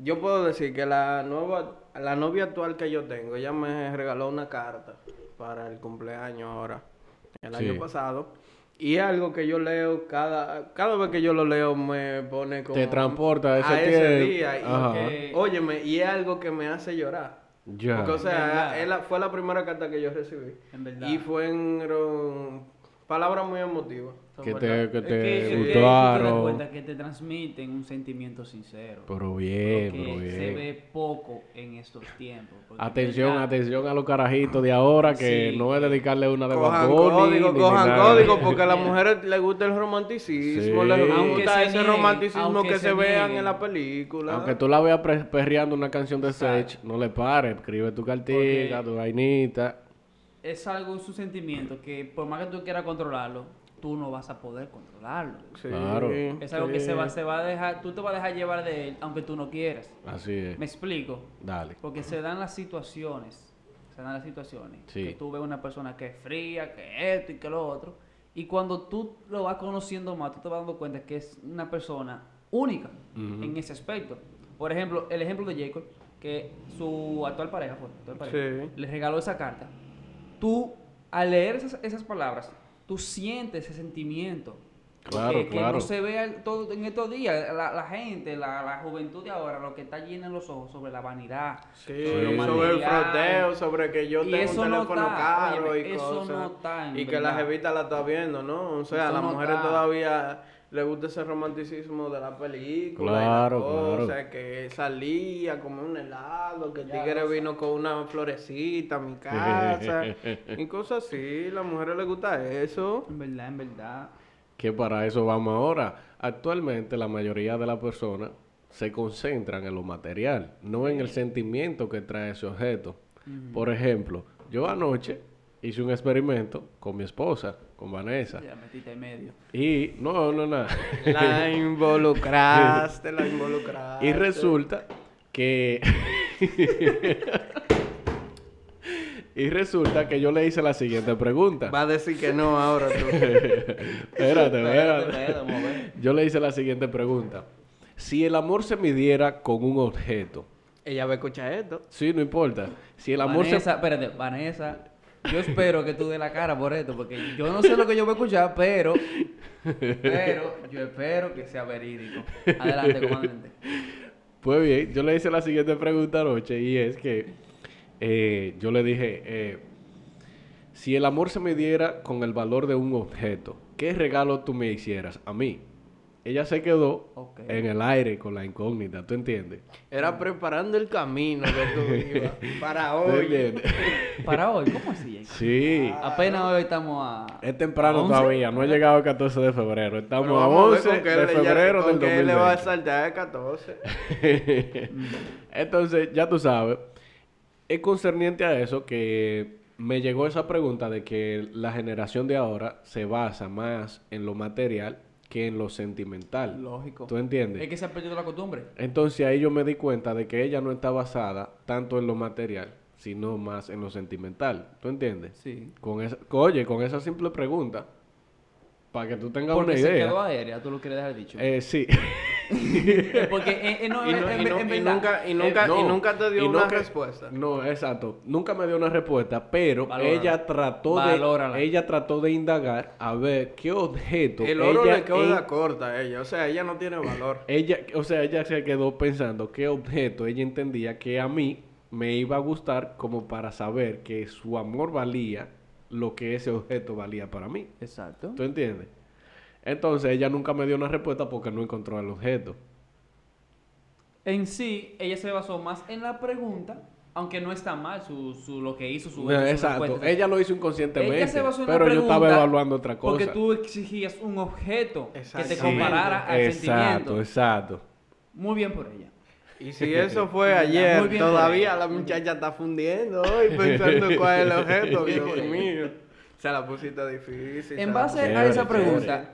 [SPEAKER 3] yo puedo decir que la nueva, la novia actual que yo tengo, ella me regaló una carta para el cumpleaños ahora, el
[SPEAKER 1] Sí.
[SPEAKER 3] año pasado. Y es algo que yo leo cada, cada vez que yo lo leo me pone como
[SPEAKER 1] Te transporta a ese,
[SPEAKER 3] ese
[SPEAKER 1] tiempo.
[SPEAKER 3] día y
[SPEAKER 1] Ajá.
[SPEAKER 2] que- Eh,
[SPEAKER 3] Óyeme, y es algo que me hace llorar.
[SPEAKER 1] Ya.
[SPEAKER 3] Porque, o sea,
[SPEAKER 2] verdad.
[SPEAKER 3] es la- fue la primera carta que yo recibí.
[SPEAKER 2] En verdad.
[SPEAKER 3] Y fueron palabras muy emotivas.
[SPEAKER 1] Que
[SPEAKER 2] Son
[SPEAKER 1] te-
[SPEAKER 2] verdad.
[SPEAKER 1] que
[SPEAKER 2] Es
[SPEAKER 1] te
[SPEAKER 2] es tú te das
[SPEAKER 1] gustaron.
[SPEAKER 2] cuenta que te transmiten un sentimiento sincero.
[SPEAKER 1] Pero
[SPEAKER 2] que
[SPEAKER 1] bien, pero bien.
[SPEAKER 2] se ve poco en estos tiempos. porque
[SPEAKER 1] Atención,
[SPEAKER 2] verdad,
[SPEAKER 1] atención a los carajitos de ahora que
[SPEAKER 2] Sí.
[SPEAKER 1] no es dedicarle una de
[SPEAKER 3] Cojan
[SPEAKER 1] Bad Bunny,
[SPEAKER 3] código,
[SPEAKER 1] ni- ni
[SPEAKER 3] cojan
[SPEAKER 1] nada.
[SPEAKER 3] código, porque a las
[SPEAKER 2] Mira.
[SPEAKER 3] mujeres les gusta el romanticismo,
[SPEAKER 1] Sí.
[SPEAKER 3] les
[SPEAKER 1] Aunque
[SPEAKER 3] gusta
[SPEAKER 2] se
[SPEAKER 3] ese
[SPEAKER 2] nieguen,
[SPEAKER 3] romanticismo
[SPEAKER 2] aunque
[SPEAKER 3] que
[SPEAKER 2] se
[SPEAKER 3] se, vean
[SPEAKER 2] nieguen.
[SPEAKER 3] en la película.
[SPEAKER 1] Aunque tú la veas pre- perreando una canción de
[SPEAKER 2] Exacto.
[SPEAKER 1] Sech, no le pares, escribe tu cartita,
[SPEAKER 2] Porque-
[SPEAKER 1] tu vainita.
[SPEAKER 2] es algo, es un sentimiento que por más que tú quieras controlarlo, tú no vas a poder controlarlo.
[SPEAKER 3] Sí,
[SPEAKER 1] Claro.
[SPEAKER 2] Es algo que
[SPEAKER 3] sí.
[SPEAKER 2] se va, se va a dejar, tú te vas a dejar llevar de él, aunque tú no quieras.
[SPEAKER 1] Así es.
[SPEAKER 2] Me explico.
[SPEAKER 1] Dale.
[SPEAKER 2] Porque se dan las situaciones, se dan las situaciones.
[SPEAKER 1] Sí.
[SPEAKER 2] Que tú ves una persona que es fría, que esto y que lo otro. Y cuando tú lo vas conociendo más, tú te vas dando cuenta que es una persona única
[SPEAKER 1] Ujú.
[SPEAKER 2] en ese aspecto. Por ejemplo, el ejemplo de Jacob, que su actual pareja, fue, actual pareja,
[SPEAKER 3] Sí.
[SPEAKER 2] le regaló esa carta. Tú, al leer esas, esas palabras, tú sientes ese sentimiento.
[SPEAKER 1] Claro,
[SPEAKER 2] Porque- que
[SPEAKER 1] claro.
[SPEAKER 2] no se vea el- todo, en estos días, la, la gente, la, la juventud de ahora, lo que está lleno en los ojos sobre la vanidad.
[SPEAKER 3] Sí,
[SPEAKER 1] Sí.
[SPEAKER 3] sobre el
[SPEAKER 2] material.
[SPEAKER 3] froteo, sobre que yo
[SPEAKER 2] Y
[SPEAKER 3] tengo
[SPEAKER 2] eso
[SPEAKER 3] un
[SPEAKER 2] no
[SPEAKER 3] teléfono
[SPEAKER 2] está,
[SPEAKER 3] caro
[SPEAKER 2] óyeme,
[SPEAKER 3] y
[SPEAKER 2] eso
[SPEAKER 3] cosas.
[SPEAKER 2] no está, en
[SPEAKER 3] y que la
[SPEAKER 2] verdad.
[SPEAKER 3] jevita la está viendo, ¿no? O sea,
[SPEAKER 2] Eso
[SPEAKER 3] a las
[SPEAKER 2] no
[SPEAKER 3] mujeres
[SPEAKER 2] está.
[SPEAKER 3] todavía le gusta ese romanticismo de la película.
[SPEAKER 1] Claro,
[SPEAKER 3] y la cosa,
[SPEAKER 1] claro.
[SPEAKER 3] que salía a comer un helado, que el
[SPEAKER 2] Ya
[SPEAKER 3] tigre
[SPEAKER 2] lo
[SPEAKER 3] vino con una florecita a mi casa. y cosas así, a las mujeres les gusta eso.
[SPEAKER 2] En verdad, en verdad.
[SPEAKER 1] Que para eso vamos ahora. Actualmente la mayoría de las personas se concentran en lo material, no en el sentimiento que trae ese objeto. Por ejemplo, yo anoche hice un experimento con mi esposa, con Vanessa.
[SPEAKER 2] Ya metiste en medio.
[SPEAKER 1] Y no, no, nada.
[SPEAKER 3] La involucraste, la involucraste.
[SPEAKER 1] Y resulta que. y resulta que yo le hice la siguiente pregunta.
[SPEAKER 3] Va a decir que no ahora tú.
[SPEAKER 1] Espérate, espérate.
[SPEAKER 2] espérate, vamos a ver.
[SPEAKER 1] Yo le hice la siguiente pregunta. Si el amor se midiera con un objeto,
[SPEAKER 3] Ella va a escuchar esto.
[SPEAKER 1] sí, no importa. Si el amor
[SPEAKER 2] Vanessa, espérate, Vanessa, yo espero que tú des la cara por esto, porque yo no sé lo que yo voy a escuchar, pero, pero yo espero que sea verídico. Adelante, comandante.
[SPEAKER 1] se... Pues bien, yo le hice la siguiente pregunta anoche y es que eh, yo le dije, eh, si el amor se midiera con el valor de un objeto, ¿qué regalo tú me hicieras a mí? Ella se quedó
[SPEAKER 2] Ok.
[SPEAKER 1] en el aire con la incógnita, ¿tú entiendes?
[SPEAKER 3] Era preparando el camino que tú ibas para
[SPEAKER 1] ¿Tú
[SPEAKER 3] hoy.
[SPEAKER 1] entiendes?
[SPEAKER 2] Para hoy, ¿cómo así? Jacob?
[SPEAKER 1] Sí.
[SPEAKER 2] Apenas hoy estamos a...
[SPEAKER 1] Es temprano
[SPEAKER 2] ¿A once?
[SPEAKER 1] todavía, no ha llegado el 14 de febrero. Estamos
[SPEAKER 3] Pero
[SPEAKER 1] a
[SPEAKER 3] vamos
[SPEAKER 1] 11
[SPEAKER 3] a ver con qué
[SPEAKER 1] de
[SPEAKER 3] le- ya-
[SPEAKER 1] febrero
[SPEAKER 3] con
[SPEAKER 1] del
[SPEAKER 3] qué le va a
[SPEAKER 1] 2020.
[SPEAKER 3] saltar el 14.
[SPEAKER 1] Entonces, ya tú sabes, es concerniente a eso que me llegó esa pregunta de que la generación de ahora se basa más en lo material que en lo sentimental.
[SPEAKER 2] Lógico.
[SPEAKER 1] ¿Tú entiendes?
[SPEAKER 2] Es que se ha perdido la costumbre.
[SPEAKER 1] Entonces ahí yo me di cuenta de que ella no está basada tanto en lo material, sino más en lo sentimental. ¿Tú entiendes?
[SPEAKER 2] Sí.
[SPEAKER 1] Con esa, oye, con esa simple pregunta, para que tú tengas
[SPEAKER 2] Porque
[SPEAKER 1] una
[SPEAKER 2] se
[SPEAKER 1] idea.
[SPEAKER 2] quedó aérea, tú lo quieres dejar dicho.
[SPEAKER 1] Eh, sí.
[SPEAKER 2] Porque eh, eh, no,
[SPEAKER 3] Y
[SPEAKER 2] en-
[SPEAKER 3] no-
[SPEAKER 2] en-
[SPEAKER 3] y no-
[SPEAKER 2] en
[SPEAKER 3] y
[SPEAKER 2] verdad,
[SPEAKER 3] nunca- y
[SPEAKER 2] eh,
[SPEAKER 3] nunca- y nunca te dio
[SPEAKER 1] y
[SPEAKER 3] una respuesta.
[SPEAKER 1] No, exacto. Nunca me dio una respuesta, pero
[SPEAKER 2] Valórala.
[SPEAKER 1] ella trató
[SPEAKER 2] Valórala.
[SPEAKER 1] de ella trató de indagar a ver qué objeto
[SPEAKER 3] El oro
[SPEAKER 1] ella
[SPEAKER 3] le queda
[SPEAKER 1] en-
[SPEAKER 3] corta a ella. O sea, ella no tiene valor.
[SPEAKER 1] ella, o sea, ella se quedó pensando qué objeto ella entendía que a mí me iba a gustar como para saber que su amor valía lo que ese objeto valía para mí.
[SPEAKER 2] Exacto.
[SPEAKER 1] ¿Tú entiendes? Entonces ella nunca me dio una respuesta porque no encontró el objeto.
[SPEAKER 2] En sí, ella se basó más en la pregunta, aunque no está mal su, su- lo que hizo su, su
[SPEAKER 1] No, exacto.
[SPEAKER 2] respuesta.
[SPEAKER 1] Ella lo hizo inconscientemente.
[SPEAKER 2] Ella se basó en la
[SPEAKER 1] pero yo
[SPEAKER 2] pregunta
[SPEAKER 1] estaba evaluando otra cosa.
[SPEAKER 2] Porque tú exigías un objeto que te
[SPEAKER 3] Exactamente.
[SPEAKER 2] comparara al
[SPEAKER 1] Exacto,
[SPEAKER 2] sentimiento.
[SPEAKER 1] exacto.
[SPEAKER 2] Muy bien por ella.
[SPEAKER 3] Y si eso fue
[SPEAKER 2] Muy
[SPEAKER 3] ayer,
[SPEAKER 2] bien
[SPEAKER 3] todavía
[SPEAKER 2] por
[SPEAKER 3] la
[SPEAKER 2] ella.
[SPEAKER 3] muchacha está fundiendo hoy pensando cuál es el objeto.
[SPEAKER 2] Bien por
[SPEAKER 3] Dios
[SPEAKER 2] ella.
[SPEAKER 3] mío. Se la pusiste difícil. se
[SPEAKER 2] en
[SPEAKER 3] la
[SPEAKER 2] base a
[SPEAKER 1] chévere,
[SPEAKER 2] esa
[SPEAKER 1] chévere.
[SPEAKER 2] pregunta,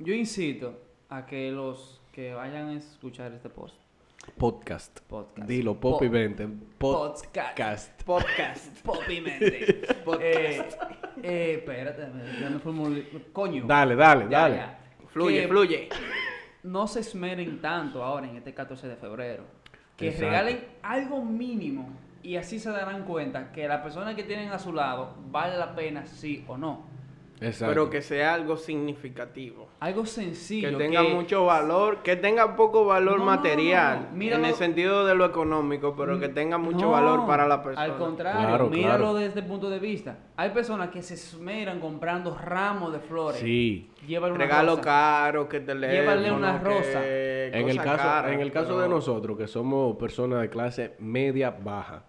[SPEAKER 2] yo incito a que los que vayan a escuchar este post,
[SPEAKER 1] Podcast.
[SPEAKER 2] podcast.
[SPEAKER 1] Dilo, Poppy
[SPEAKER 2] Po-
[SPEAKER 1] 20.
[SPEAKER 2] Podcast.
[SPEAKER 1] Podcast.
[SPEAKER 3] Podcast.
[SPEAKER 2] Poppy Mente. Eh, eh, espérate, me- ya me formulé. Coño.
[SPEAKER 1] Dale, dale,
[SPEAKER 2] Ya,
[SPEAKER 1] dale.
[SPEAKER 2] ya.
[SPEAKER 3] Fluye,
[SPEAKER 2] Que
[SPEAKER 3] fluye.
[SPEAKER 2] No se esmeren tanto ahora en este 14 de febrero. Que
[SPEAKER 1] Exacto.
[SPEAKER 2] regalen algo mínimo y así se darán cuenta que la persona que tienen a su lado vale la pena sí o no.
[SPEAKER 1] Exacto.
[SPEAKER 3] Pero que sea algo significativo.
[SPEAKER 2] Algo
[SPEAKER 3] que
[SPEAKER 2] sencillo.
[SPEAKER 3] tenga mucho valor, que tenga poco valor
[SPEAKER 2] No, no, no,
[SPEAKER 3] material,
[SPEAKER 2] no. Míralo-
[SPEAKER 3] en el sentido de lo económico, pero que tenga mucho
[SPEAKER 2] No,
[SPEAKER 3] valor para la persona.
[SPEAKER 2] Al contrario,
[SPEAKER 1] Claro,
[SPEAKER 2] míralo
[SPEAKER 1] claro.
[SPEAKER 2] desde el punto de vista. Hay personas que se esmeran comprando ramos de flores.
[SPEAKER 1] Sí.
[SPEAKER 2] Llévale una
[SPEAKER 3] Regalo
[SPEAKER 2] rosa.
[SPEAKER 3] caro, que te le
[SPEAKER 2] Llévale una rosa.
[SPEAKER 1] En el, caso, en el caso de nosotros, que somos personas de clase media-baja,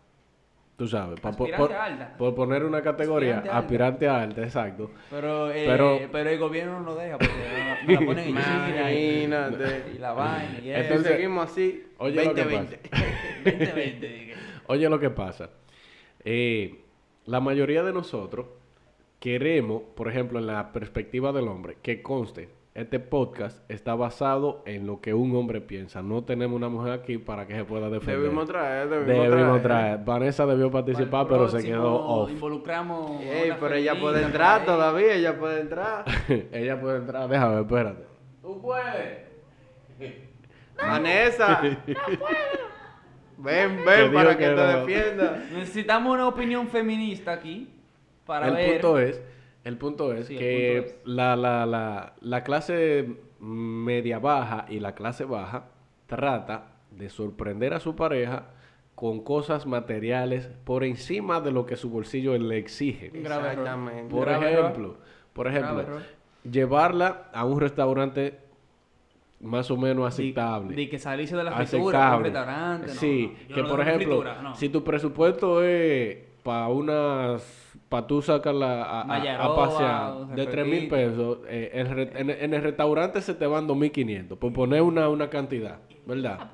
[SPEAKER 1] tú sabes, pa- por,
[SPEAKER 2] Aspirante
[SPEAKER 1] por-
[SPEAKER 2] alta.
[SPEAKER 1] por poner una categoría,
[SPEAKER 2] Aspirante alta.
[SPEAKER 1] aspirante a alta, exacto.
[SPEAKER 2] Pero, eh,
[SPEAKER 1] Pero-
[SPEAKER 2] pero, el gobierno no deja porque no- no la ponen en China y, y
[SPEAKER 3] Imagínate.
[SPEAKER 2] la vaina y
[SPEAKER 1] Entonces-
[SPEAKER 2] eso.
[SPEAKER 3] si seguimos así,
[SPEAKER 1] Oye lo que
[SPEAKER 3] 2020.
[SPEAKER 2] 2020.
[SPEAKER 1] Oye lo que pasa. Eh, la mayoría de nosotros queremos, por ejemplo, en la perspectiva del hombre, que conste, este podcast está basado en lo que un hombre piensa. No tenemos una mujer aquí para que se pueda defender.
[SPEAKER 3] Debimos traer, debimos,
[SPEAKER 1] Debimos
[SPEAKER 3] traer.
[SPEAKER 1] traer. Vanessa debió participar, pero se quedó off.
[SPEAKER 2] Involucramos. a
[SPEAKER 3] Ey,
[SPEAKER 2] una
[SPEAKER 3] pero ella
[SPEAKER 2] feminista
[SPEAKER 3] puede
[SPEAKER 2] por
[SPEAKER 3] entrar
[SPEAKER 2] ahí.
[SPEAKER 3] todavía, ella puede entrar.
[SPEAKER 1] Ella puede entrar, déjame, espérate.
[SPEAKER 2] Tú puedes.
[SPEAKER 3] Vanessa. Ven,
[SPEAKER 1] Te
[SPEAKER 3] ven
[SPEAKER 1] digo
[SPEAKER 3] para
[SPEAKER 1] que
[SPEAKER 3] que te
[SPEAKER 1] no.
[SPEAKER 3] defienda.
[SPEAKER 2] Necesitamos una opinión feminista aquí para
[SPEAKER 1] el
[SPEAKER 2] ver.
[SPEAKER 1] punto es, el punto es
[SPEAKER 2] Sí, el
[SPEAKER 1] que
[SPEAKER 2] punto es.
[SPEAKER 1] La, la, la, la clase media baja y la clase baja trata de sorprender a su pareja con cosas materiales por encima de lo que su bolsillo le exige.
[SPEAKER 2] Un grave error.
[SPEAKER 3] Exactamente.
[SPEAKER 1] Por
[SPEAKER 2] Mm. Grave error.
[SPEAKER 1] ejemplo, por ejemplo,
[SPEAKER 2] Grave error.
[SPEAKER 1] llevarla a un restaurante más o menos aceptable.
[SPEAKER 2] De, que salirse de la
[SPEAKER 1] Ah,
[SPEAKER 2] fritura,
[SPEAKER 1] aceptable.
[SPEAKER 2] de un restaurante. no,
[SPEAKER 1] sí,
[SPEAKER 2] no, yo
[SPEAKER 1] que
[SPEAKER 2] no
[SPEAKER 1] por
[SPEAKER 2] dejo
[SPEAKER 1] ejemplo,
[SPEAKER 2] fritura, no.
[SPEAKER 1] si tu presupuesto es para unas, para tú sacarla a, a- a
[SPEAKER 2] Mayaroba,
[SPEAKER 1] pasear
[SPEAKER 2] un
[SPEAKER 1] de 3 mil
[SPEAKER 2] refresquito.
[SPEAKER 1] pesos, eh, el re- en, en el restaurante se te van 2.500, por poner una, una cantidad, ¿verdad?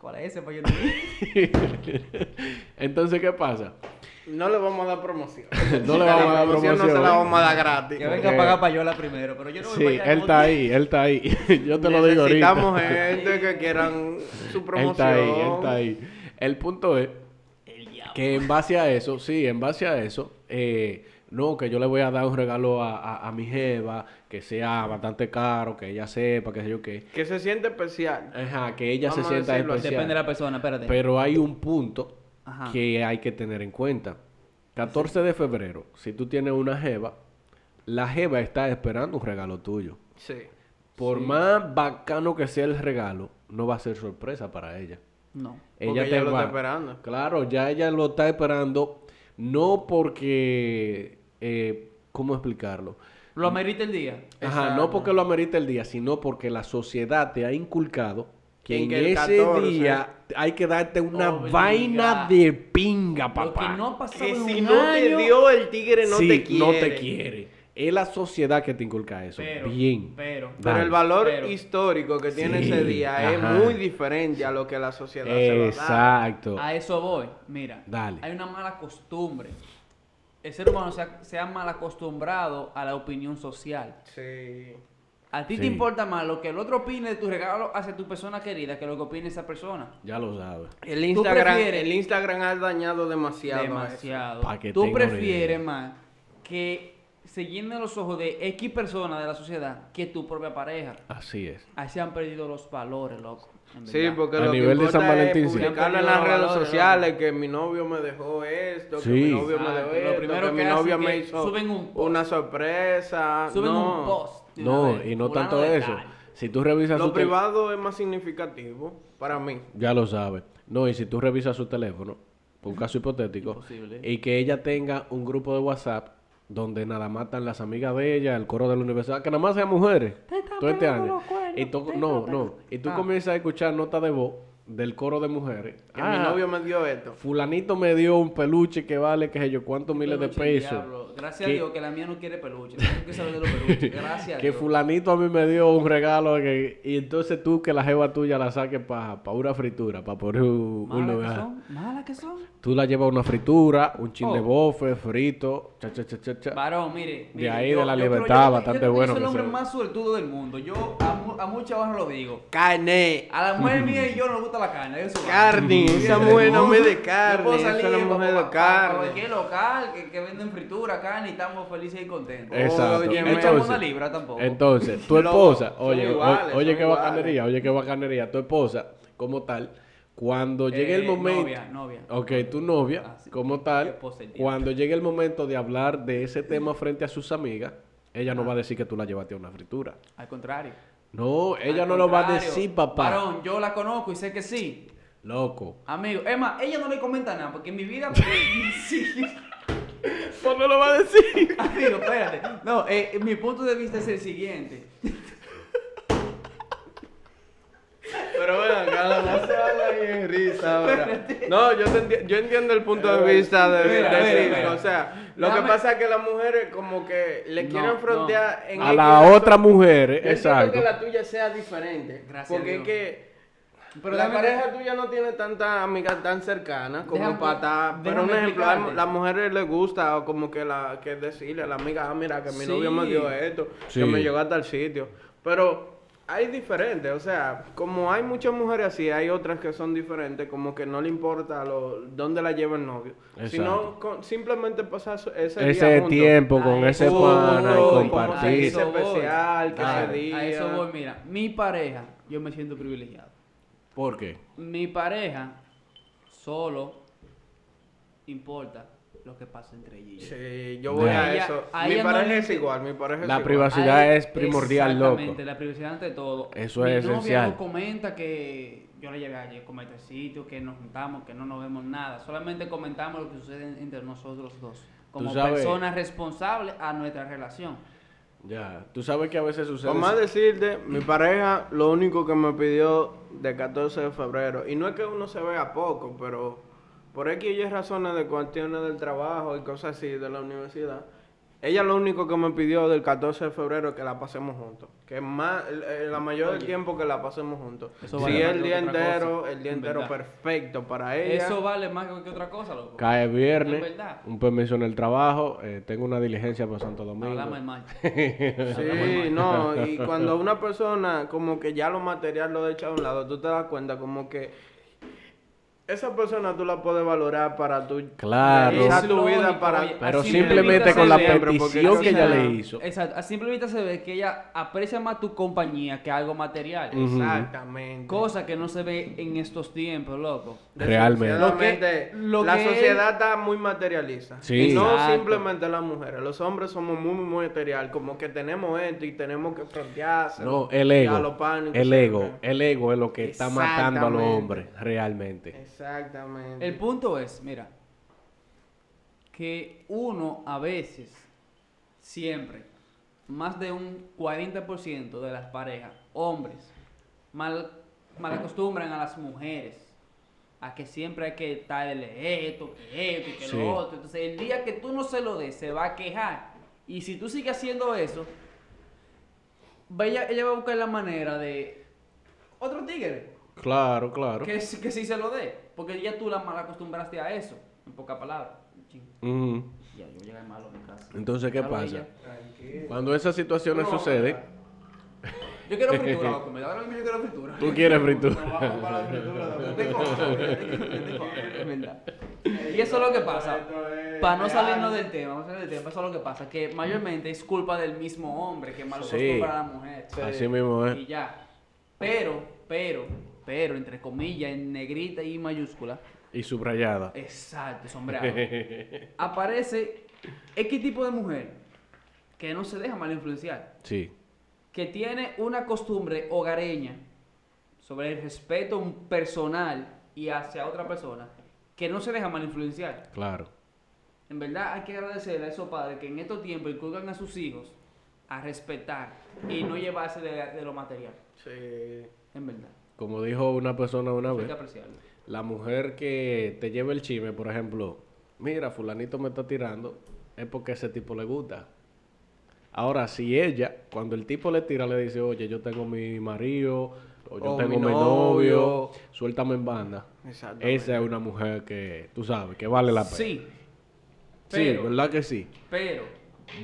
[SPEAKER 2] ¿Cuál es ese? Pues yo no-
[SPEAKER 1] Entonces, ¿qué pasa?
[SPEAKER 3] No le vamos a dar promoción.
[SPEAKER 1] No le vamos a dar
[SPEAKER 3] No se
[SPEAKER 1] promoción.
[SPEAKER 3] la vamos a dar gratis.
[SPEAKER 2] Que venga a
[SPEAKER 1] Porque-
[SPEAKER 2] pagar payola primero, pero yo no voy
[SPEAKER 1] Sí,
[SPEAKER 2] para allá
[SPEAKER 1] él
[SPEAKER 2] como
[SPEAKER 1] está
[SPEAKER 2] tú.
[SPEAKER 1] ahí, él está ahí. Yo te lo digo ahorita.
[SPEAKER 3] Necesitamos gente que quieran su
[SPEAKER 1] Él
[SPEAKER 3] promoción.
[SPEAKER 1] está ahí, él está ahí. El punto es
[SPEAKER 2] El diablo.
[SPEAKER 1] que en base a eso, sí, en base a eso, eh, no, que yo le voy a dar un regalo a, a- a mi jeva, que sea bastante caro, que ella sepa, que sé yo qué.
[SPEAKER 3] Que se siente especial.
[SPEAKER 1] Ajá, que ella
[SPEAKER 3] Vamos
[SPEAKER 1] se
[SPEAKER 3] a
[SPEAKER 1] sienta
[SPEAKER 3] decirlo así.
[SPEAKER 1] especial.
[SPEAKER 2] Depende de la persona, espérate.
[SPEAKER 1] Pero hay un punto
[SPEAKER 2] Ajá.
[SPEAKER 1] que hay que tener en cuenta. 14 de febrero, si tú tienes una jeva, la jeva está esperando un regalo tuyo.
[SPEAKER 3] Sí.
[SPEAKER 1] Por más bacano que sea el regalo, no va a ser sorpresa para ella.
[SPEAKER 2] No.
[SPEAKER 3] Porque
[SPEAKER 1] Ella
[SPEAKER 3] ella
[SPEAKER 1] te
[SPEAKER 3] lo
[SPEAKER 1] va-
[SPEAKER 3] está esperando.
[SPEAKER 1] Claro, ya ella lo está esperando. No porque. eh, ¿Cómo explicarlo?
[SPEAKER 2] Lo amerita el día.
[SPEAKER 3] Eh,
[SPEAKER 1] Ajá, no porque lo amerita el día, sino porque la sociedad te ha inculcado que
[SPEAKER 3] En
[SPEAKER 1] en,
[SPEAKER 3] que el
[SPEAKER 1] ese
[SPEAKER 3] 14.
[SPEAKER 1] día hay que darte una
[SPEAKER 2] Obliga.
[SPEAKER 1] vaina de pinga,
[SPEAKER 2] Lo que
[SPEAKER 1] papá.
[SPEAKER 2] no ha pasado
[SPEAKER 3] Que
[SPEAKER 2] en
[SPEAKER 3] si
[SPEAKER 2] un
[SPEAKER 3] no te
[SPEAKER 2] año-
[SPEAKER 3] dio el tigre, no
[SPEAKER 1] Sí,
[SPEAKER 3] te quiere.
[SPEAKER 1] no te quiere. Es la sociedad que te inculca eso.
[SPEAKER 2] Pero,
[SPEAKER 1] Bien.
[SPEAKER 2] pero-
[SPEAKER 3] Pero
[SPEAKER 1] Dale.
[SPEAKER 3] el valor
[SPEAKER 2] Pero-
[SPEAKER 3] histórico que tiene
[SPEAKER 1] Sí,
[SPEAKER 3] ese día
[SPEAKER 1] ajá.
[SPEAKER 3] es muy diferente a lo que la sociedad se va a dar.
[SPEAKER 1] Exacto.
[SPEAKER 2] A eso voy. Mira,
[SPEAKER 1] Dale.
[SPEAKER 2] hay una mala costumbre. El ser humano se ha, se ha mal acostumbrado a la opinión social.
[SPEAKER 3] Sí.
[SPEAKER 2] A ti te
[SPEAKER 1] Sí.
[SPEAKER 2] importa más lo que el otro opine de tu regalo hacia tu persona querida que lo que opine esa persona.
[SPEAKER 1] Ya lo sabes.
[SPEAKER 3] El Instagram,
[SPEAKER 2] prefieres-
[SPEAKER 3] el Instagram ha dañado demasiado. eso.
[SPEAKER 2] demasiado.
[SPEAKER 1] Pa' que
[SPEAKER 2] Tú
[SPEAKER 1] tenga una
[SPEAKER 2] prefieres
[SPEAKER 1] idea.
[SPEAKER 2] más que se llenen los ojos de X persona de la sociedad que tu propia pareja.
[SPEAKER 1] Así es.
[SPEAKER 2] Así han perdido los valores, loco. en
[SPEAKER 3] Sí,
[SPEAKER 2] verdad.
[SPEAKER 3] porque
[SPEAKER 1] A
[SPEAKER 3] lo que
[SPEAKER 1] nivel de
[SPEAKER 3] importa
[SPEAKER 1] San Valentín,
[SPEAKER 3] es
[SPEAKER 1] sí.
[SPEAKER 3] publicarlo en
[SPEAKER 2] Han
[SPEAKER 3] las
[SPEAKER 2] perdido
[SPEAKER 3] redes
[SPEAKER 2] valores,
[SPEAKER 3] sociales que mi novio me dejó esto, que mi
[SPEAKER 1] Sí.
[SPEAKER 3] novio me
[SPEAKER 2] Exacto,
[SPEAKER 3] dejó
[SPEAKER 2] lo
[SPEAKER 3] esto,
[SPEAKER 2] primero
[SPEAKER 3] que mi
[SPEAKER 2] que hacen
[SPEAKER 3] novia
[SPEAKER 2] es
[SPEAKER 3] me
[SPEAKER 2] que
[SPEAKER 3] hizo
[SPEAKER 2] suben un post.
[SPEAKER 3] una sorpresa.
[SPEAKER 2] Suben
[SPEAKER 3] Ah, no.
[SPEAKER 2] un post. de una
[SPEAKER 1] No,
[SPEAKER 2] vez,
[SPEAKER 1] y no
[SPEAKER 2] fulano
[SPEAKER 1] tanto
[SPEAKER 2] de
[SPEAKER 1] eso.
[SPEAKER 2] tal.
[SPEAKER 1] Si tú revisas
[SPEAKER 3] Lo
[SPEAKER 1] su tel-
[SPEAKER 3] privado es más significativo para mí.
[SPEAKER 1] Ya lo sabe. No, y si tú revisas su teléfono, un caso hipotético,
[SPEAKER 2] Imposible.
[SPEAKER 1] y que ella tenga un grupo de WhatsApp donde nada más están las amigas de ella, el coro de la universidad, que nada más sean mujeres.
[SPEAKER 2] Te están
[SPEAKER 1] Tú este
[SPEAKER 2] pegando
[SPEAKER 1] año.
[SPEAKER 2] los cuernos,
[SPEAKER 1] Y tú,
[SPEAKER 2] te
[SPEAKER 1] no,
[SPEAKER 2] están
[SPEAKER 1] no.
[SPEAKER 2] pegando.
[SPEAKER 1] Y tú
[SPEAKER 2] Ah.
[SPEAKER 1] comienzas a escuchar notas de voz del coro de mujeres.
[SPEAKER 3] Que mi
[SPEAKER 1] Ah,
[SPEAKER 3] novio me dio esto.
[SPEAKER 1] Fulanito me dio un peluche que vale, qué sé yo, cuántos miles de
[SPEAKER 2] Peluche,
[SPEAKER 1] pesos.
[SPEAKER 2] diablo. Gracias a
[SPEAKER 1] Que-
[SPEAKER 2] Dios que la mía no quiere peluche. Tengo que saber de los peluches. Gracias a
[SPEAKER 1] Que
[SPEAKER 2] Dios.
[SPEAKER 1] fulanito a mí me dio un regalo que- y entonces tú que la jeva tuya la saques para una fritura, para poner un, un
[SPEAKER 2] Malas que
[SPEAKER 1] lugar.
[SPEAKER 2] son. Malas que son.
[SPEAKER 1] Tú la llevas a una fritura, un chin de
[SPEAKER 2] Oh.
[SPEAKER 1] bofe, frito, cha, cha, cha, cha, cha.
[SPEAKER 2] Varón, mire. mire,
[SPEAKER 1] ahí de la
[SPEAKER 2] creo-
[SPEAKER 1] libertad,
[SPEAKER 2] creo-
[SPEAKER 1] bastante
[SPEAKER 2] creo que
[SPEAKER 1] bueno
[SPEAKER 2] Yo soy el
[SPEAKER 1] que
[SPEAKER 2] hombre
[SPEAKER 1] soy.
[SPEAKER 2] más suertudo del mundo. Yo a, mu- a muchas horas lo digo.
[SPEAKER 3] Carne.
[SPEAKER 2] A la mujer mía y yo nos gusta la carne. Eso va.
[SPEAKER 3] Carne. Esa mujer no me de carne. Esa es la mujer de carne.
[SPEAKER 2] Cualquier local que, que venden fritura, carne, y estamos felices y contentos.
[SPEAKER 3] Eh,
[SPEAKER 1] Exacto.
[SPEAKER 3] Óyeme.
[SPEAKER 2] No echamos una libra tampoco.
[SPEAKER 1] entonces, tu
[SPEAKER 3] Loco,
[SPEAKER 1] esposa,
[SPEAKER 3] son
[SPEAKER 1] oye, o- oye
[SPEAKER 3] iguales, son
[SPEAKER 1] qué
[SPEAKER 3] iguales.
[SPEAKER 1] bacanería, oye qué bacanería, tu esposa, como tal, cuando llegue
[SPEAKER 2] Eh,
[SPEAKER 1] el momento.
[SPEAKER 2] novia, novia.
[SPEAKER 1] Ok, tu novia,
[SPEAKER 2] Ah, sí,
[SPEAKER 1] como
[SPEAKER 2] qué
[SPEAKER 1] tal,
[SPEAKER 2] pose el día.
[SPEAKER 1] cuando llegue el momento de hablar de ese tema frente a sus amigas, ella
[SPEAKER 2] Ah.
[SPEAKER 1] no va a decir que tú la llevaste a una fritura.
[SPEAKER 2] Al contrario.
[SPEAKER 1] No, ella
[SPEAKER 2] Al
[SPEAKER 1] no lo va a
[SPEAKER 2] contrario.
[SPEAKER 1] decir, papá.
[SPEAKER 2] Varón, yo la conozco y sé que sí.
[SPEAKER 1] Loco.
[SPEAKER 2] Amigo, es más, ella no me comenta nada porque en mi vida. sí.
[SPEAKER 1] ¿Cómo no lo va a decir?
[SPEAKER 2] Amigo, espérate. No, eh, mi punto de vista es el siguiente.
[SPEAKER 3] Pero bueno, cada no se habla ahí en risa ahora. No, yo, te enti- yo entiendo el punto de vista de,
[SPEAKER 2] Mira,
[SPEAKER 3] de
[SPEAKER 2] mira,
[SPEAKER 3] Cisco,
[SPEAKER 2] mira.
[SPEAKER 3] O sea, lo
[SPEAKER 2] Déjame-
[SPEAKER 3] que pasa es que las mujeres como que le
[SPEAKER 2] No,
[SPEAKER 3] quieren frontear en
[SPEAKER 1] A
[SPEAKER 3] X
[SPEAKER 1] la
[SPEAKER 3] razón.
[SPEAKER 1] otra mujer,
[SPEAKER 3] Yo entiendo
[SPEAKER 1] exacto.
[SPEAKER 3] que la tuya sea diferente.
[SPEAKER 2] Gracias a
[SPEAKER 3] porque es
[SPEAKER 2] Dios.
[SPEAKER 3] que
[SPEAKER 2] Pero
[SPEAKER 3] la
[SPEAKER 2] déjame-
[SPEAKER 3] pareja tuya no tiene tanta amiga tan cercana como
[SPEAKER 2] Déjame-
[SPEAKER 3] para estar- Pero un
[SPEAKER 2] déjame
[SPEAKER 3] ejemplo, a
[SPEAKER 2] explicarte.
[SPEAKER 3] las mujeres les gusta o como que la que decirle a la amiga, ah, mira, que mi
[SPEAKER 2] Sí.
[SPEAKER 3] novio me dio esto,
[SPEAKER 4] Sí.
[SPEAKER 3] que me llegó hasta el sitio. Pero hay diferentes, o sea, como hay muchas mujeres así, hay otras que son diferentes, como que no le importa lo, dónde la lleva el novio. Sino
[SPEAKER 1] Exacto.
[SPEAKER 3] con- simplemente pasar su- ese, día
[SPEAKER 1] Ese
[SPEAKER 3] juntos.
[SPEAKER 1] tiempo con
[SPEAKER 2] Ay,
[SPEAKER 1] ese
[SPEAKER 2] uy,
[SPEAKER 1] pana y
[SPEAKER 2] uy, uy,
[SPEAKER 3] Ay,
[SPEAKER 2] a
[SPEAKER 1] compartir.
[SPEAKER 2] eso voy.
[SPEAKER 3] especial, que
[SPEAKER 2] a,
[SPEAKER 3] ese día.
[SPEAKER 2] a eso voy, mira. Mi pareja, yo me siento privilegiado.
[SPEAKER 1] ¿Por qué?
[SPEAKER 2] Mi pareja solo importa lo que pasa entre ella y yo.
[SPEAKER 3] Sí, yo voy
[SPEAKER 1] Ya.
[SPEAKER 3] a
[SPEAKER 2] Ella-
[SPEAKER 3] eso.
[SPEAKER 2] a
[SPEAKER 3] mi
[SPEAKER 2] ella no
[SPEAKER 3] pareja
[SPEAKER 2] le
[SPEAKER 3] es
[SPEAKER 2] inter-
[SPEAKER 3] igual, mi pareja es
[SPEAKER 1] La
[SPEAKER 3] igual.
[SPEAKER 1] privacidad
[SPEAKER 2] Ahí-
[SPEAKER 1] es primordial, loco.
[SPEAKER 2] Exactamente, la privacidad ante todo.
[SPEAKER 1] Eso
[SPEAKER 2] Mi
[SPEAKER 1] es
[SPEAKER 2] novia
[SPEAKER 1] esencial.
[SPEAKER 2] no comenta que yo la llevé ayer como a este sitio, que nos juntamos, que no nos vemos nada. Solamente comentamos lo que sucede en- entre nosotros dos. Como
[SPEAKER 1] sabes-
[SPEAKER 2] personas responsables a nuestra relación.
[SPEAKER 1] Ya, tú sabes que a veces sucede.
[SPEAKER 3] Por más decirte, mi pareja lo único que me pidió de 14 de febrero, y no es que uno se vea poco, pero por X y Y razones de cuestiones del trabajo y cosas así de la universidad, ella lo único que me pidió del 14 de febrero es que la pasemos juntos. Que más, el- el- la mayor del tiempo que la pasemos juntos.
[SPEAKER 2] Eso
[SPEAKER 3] si
[SPEAKER 2] vale más
[SPEAKER 3] el
[SPEAKER 2] que
[SPEAKER 3] día
[SPEAKER 2] otra
[SPEAKER 3] entero,
[SPEAKER 2] cosa,
[SPEAKER 3] el día
[SPEAKER 2] en
[SPEAKER 3] entero
[SPEAKER 2] verdad.
[SPEAKER 3] perfecto para ella.
[SPEAKER 2] Eso vale más que cualquier otra cosa, loco.
[SPEAKER 1] Cae
[SPEAKER 2] Es
[SPEAKER 1] viernes,
[SPEAKER 2] verdad.
[SPEAKER 1] un permiso en el trabajo, eh, tengo una diligencia para Santo Domingo.
[SPEAKER 2] Hablamos en mayo.
[SPEAKER 3] Sí, no, y cuando una persona como que ya lo material lo echa a un lado, tú te das cuenta como que esa persona tú la puedes valorar para tu...
[SPEAKER 1] Claro.
[SPEAKER 3] Esa
[SPEAKER 2] Es
[SPEAKER 3] tu vida
[SPEAKER 2] lógico,
[SPEAKER 3] para...
[SPEAKER 2] oye,
[SPEAKER 1] Pero
[SPEAKER 2] Así
[SPEAKER 1] simplemente
[SPEAKER 2] evita
[SPEAKER 1] con la
[SPEAKER 2] ser
[SPEAKER 3] siempre, porque
[SPEAKER 1] petición
[SPEAKER 3] así
[SPEAKER 1] que ella
[SPEAKER 3] nada.
[SPEAKER 1] le hizo.
[SPEAKER 2] Exacto. A simple vista se ve que ella aprecia más tu compañía que algo material.
[SPEAKER 1] Ujú.
[SPEAKER 3] Exactamente.
[SPEAKER 2] Cosa que no se ve en estos tiempos, loco.
[SPEAKER 1] Realmente.
[SPEAKER 2] Lo que-
[SPEAKER 3] Desgraciadamente,
[SPEAKER 2] lo
[SPEAKER 3] la
[SPEAKER 2] que-
[SPEAKER 3] sociedad está muy materialista.
[SPEAKER 1] Sí.
[SPEAKER 3] Y no
[SPEAKER 2] Exacto.
[SPEAKER 3] simplemente las mujeres. Los hombres somos muy, muy material. Como que tenemos esto y tenemos que frontearse.
[SPEAKER 1] No, el
[SPEAKER 3] ya
[SPEAKER 1] ego.
[SPEAKER 3] lo pánico,
[SPEAKER 1] El
[SPEAKER 3] sí,
[SPEAKER 1] ego.
[SPEAKER 3] ok.
[SPEAKER 1] El ego es lo que está matando a los
[SPEAKER 3] Exactamente.
[SPEAKER 1] hombres, realmente.
[SPEAKER 3] Exactamente.
[SPEAKER 2] El punto es, mira, que uno a veces, siempre, más de un 40% de las parejas, hombres, mal, mal acostumbran a las mujeres a que siempre hay que darle esto, que esto, y que
[SPEAKER 1] Sí.
[SPEAKER 2] lo otro. Entonces, el día que tú no se lo des, se va a quejar. Y si tú sigues haciendo eso, va ella, ella va a buscar la manera de otro tigre.
[SPEAKER 1] Claro, claro.
[SPEAKER 2] Que, sí- que sí se lo dé. Porque ya tú la mal acostumbraste a eso. En pocas palabras. Chin,
[SPEAKER 1] Ujú.
[SPEAKER 2] Ya, yo llegué malo a mi casa.
[SPEAKER 1] Entonces, ¿qué
[SPEAKER 2] Claro,
[SPEAKER 1] pasa?
[SPEAKER 2] ella.
[SPEAKER 3] Tranquilo.
[SPEAKER 1] Cuando esas situaciones
[SPEAKER 3] No.
[SPEAKER 1] suceden,
[SPEAKER 2] Yo quiero fritura, loco. Me da ahora mismo yo quiero fritura.
[SPEAKER 1] tú quieres
[SPEAKER 3] Nos vamos
[SPEAKER 1] fritura.
[SPEAKER 3] para la fritura,
[SPEAKER 2] Yo
[SPEAKER 3] doctor.
[SPEAKER 2] tengo hambre, yo tengo- yo tengo hambre, es verdad. Y eso es lo que pasa.
[SPEAKER 3] Esto es
[SPEAKER 2] Para no salirnos
[SPEAKER 3] real.
[SPEAKER 2] del tema, vamos a salir del tema, eso es lo que pasa, que mayormente es culpa del mismo hombre que mal
[SPEAKER 1] Sí.
[SPEAKER 2] acostumbra a la mujer.
[SPEAKER 1] Así mismo es.
[SPEAKER 2] y ya. Pero, pero, pero, entre comillas, en negrita y mayúscula,
[SPEAKER 1] Y subrayada.
[SPEAKER 2] exacto, sombreado. aparece X tipo de mujer que no se deja mal influenciar,
[SPEAKER 1] Sí.
[SPEAKER 2] que tiene una costumbre hogareña sobre el respeto personal y hacia otra persona, que no se deja mal influenciar.
[SPEAKER 1] Claro.
[SPEAKER 2] En verdad hay que agradecer a esos padres que en estos tiempos inculcan a sus hijos a respetar y no llevarse de, de lo material.
[SPEAKER 3] Sí.
[SPEAKER 2] En verdad.
[SPEAKER 1] Como dijo una persona una
[SPEAKER 2] Eso hay
[SPEAKER 1] vez,
[SPEAKER 2] que apreciarlo.
[SPEAKER 1] la mujer que te lleva el chisme, por ejemplo, mira, fulanito me está tirando, es porque ese tipo le gusta. Ahora, si ella, cuando el tipo le tira, le dice, oye, yo tengo mi marido, o yo
[SPEAKER 3] O
[SPEAKER 1] tengo
[SPEAKER 3] mi
[SPEAKER 1] mi novio,
[SPEAKER 3] novio.
[SPEAKER 1] suéltame en banda.
[SPEAKER 3] Exactamente.
[SPEAKER 1] Esa es una mujer que, tú sabes, que vale la pena.
[SPEAKER 2] Sí,
[SPEAKER 1] Sí,
[SPEAKER 2] pero-
[SPEAKER 1] ¿verdad que sí?
[SPEAKER 2] pero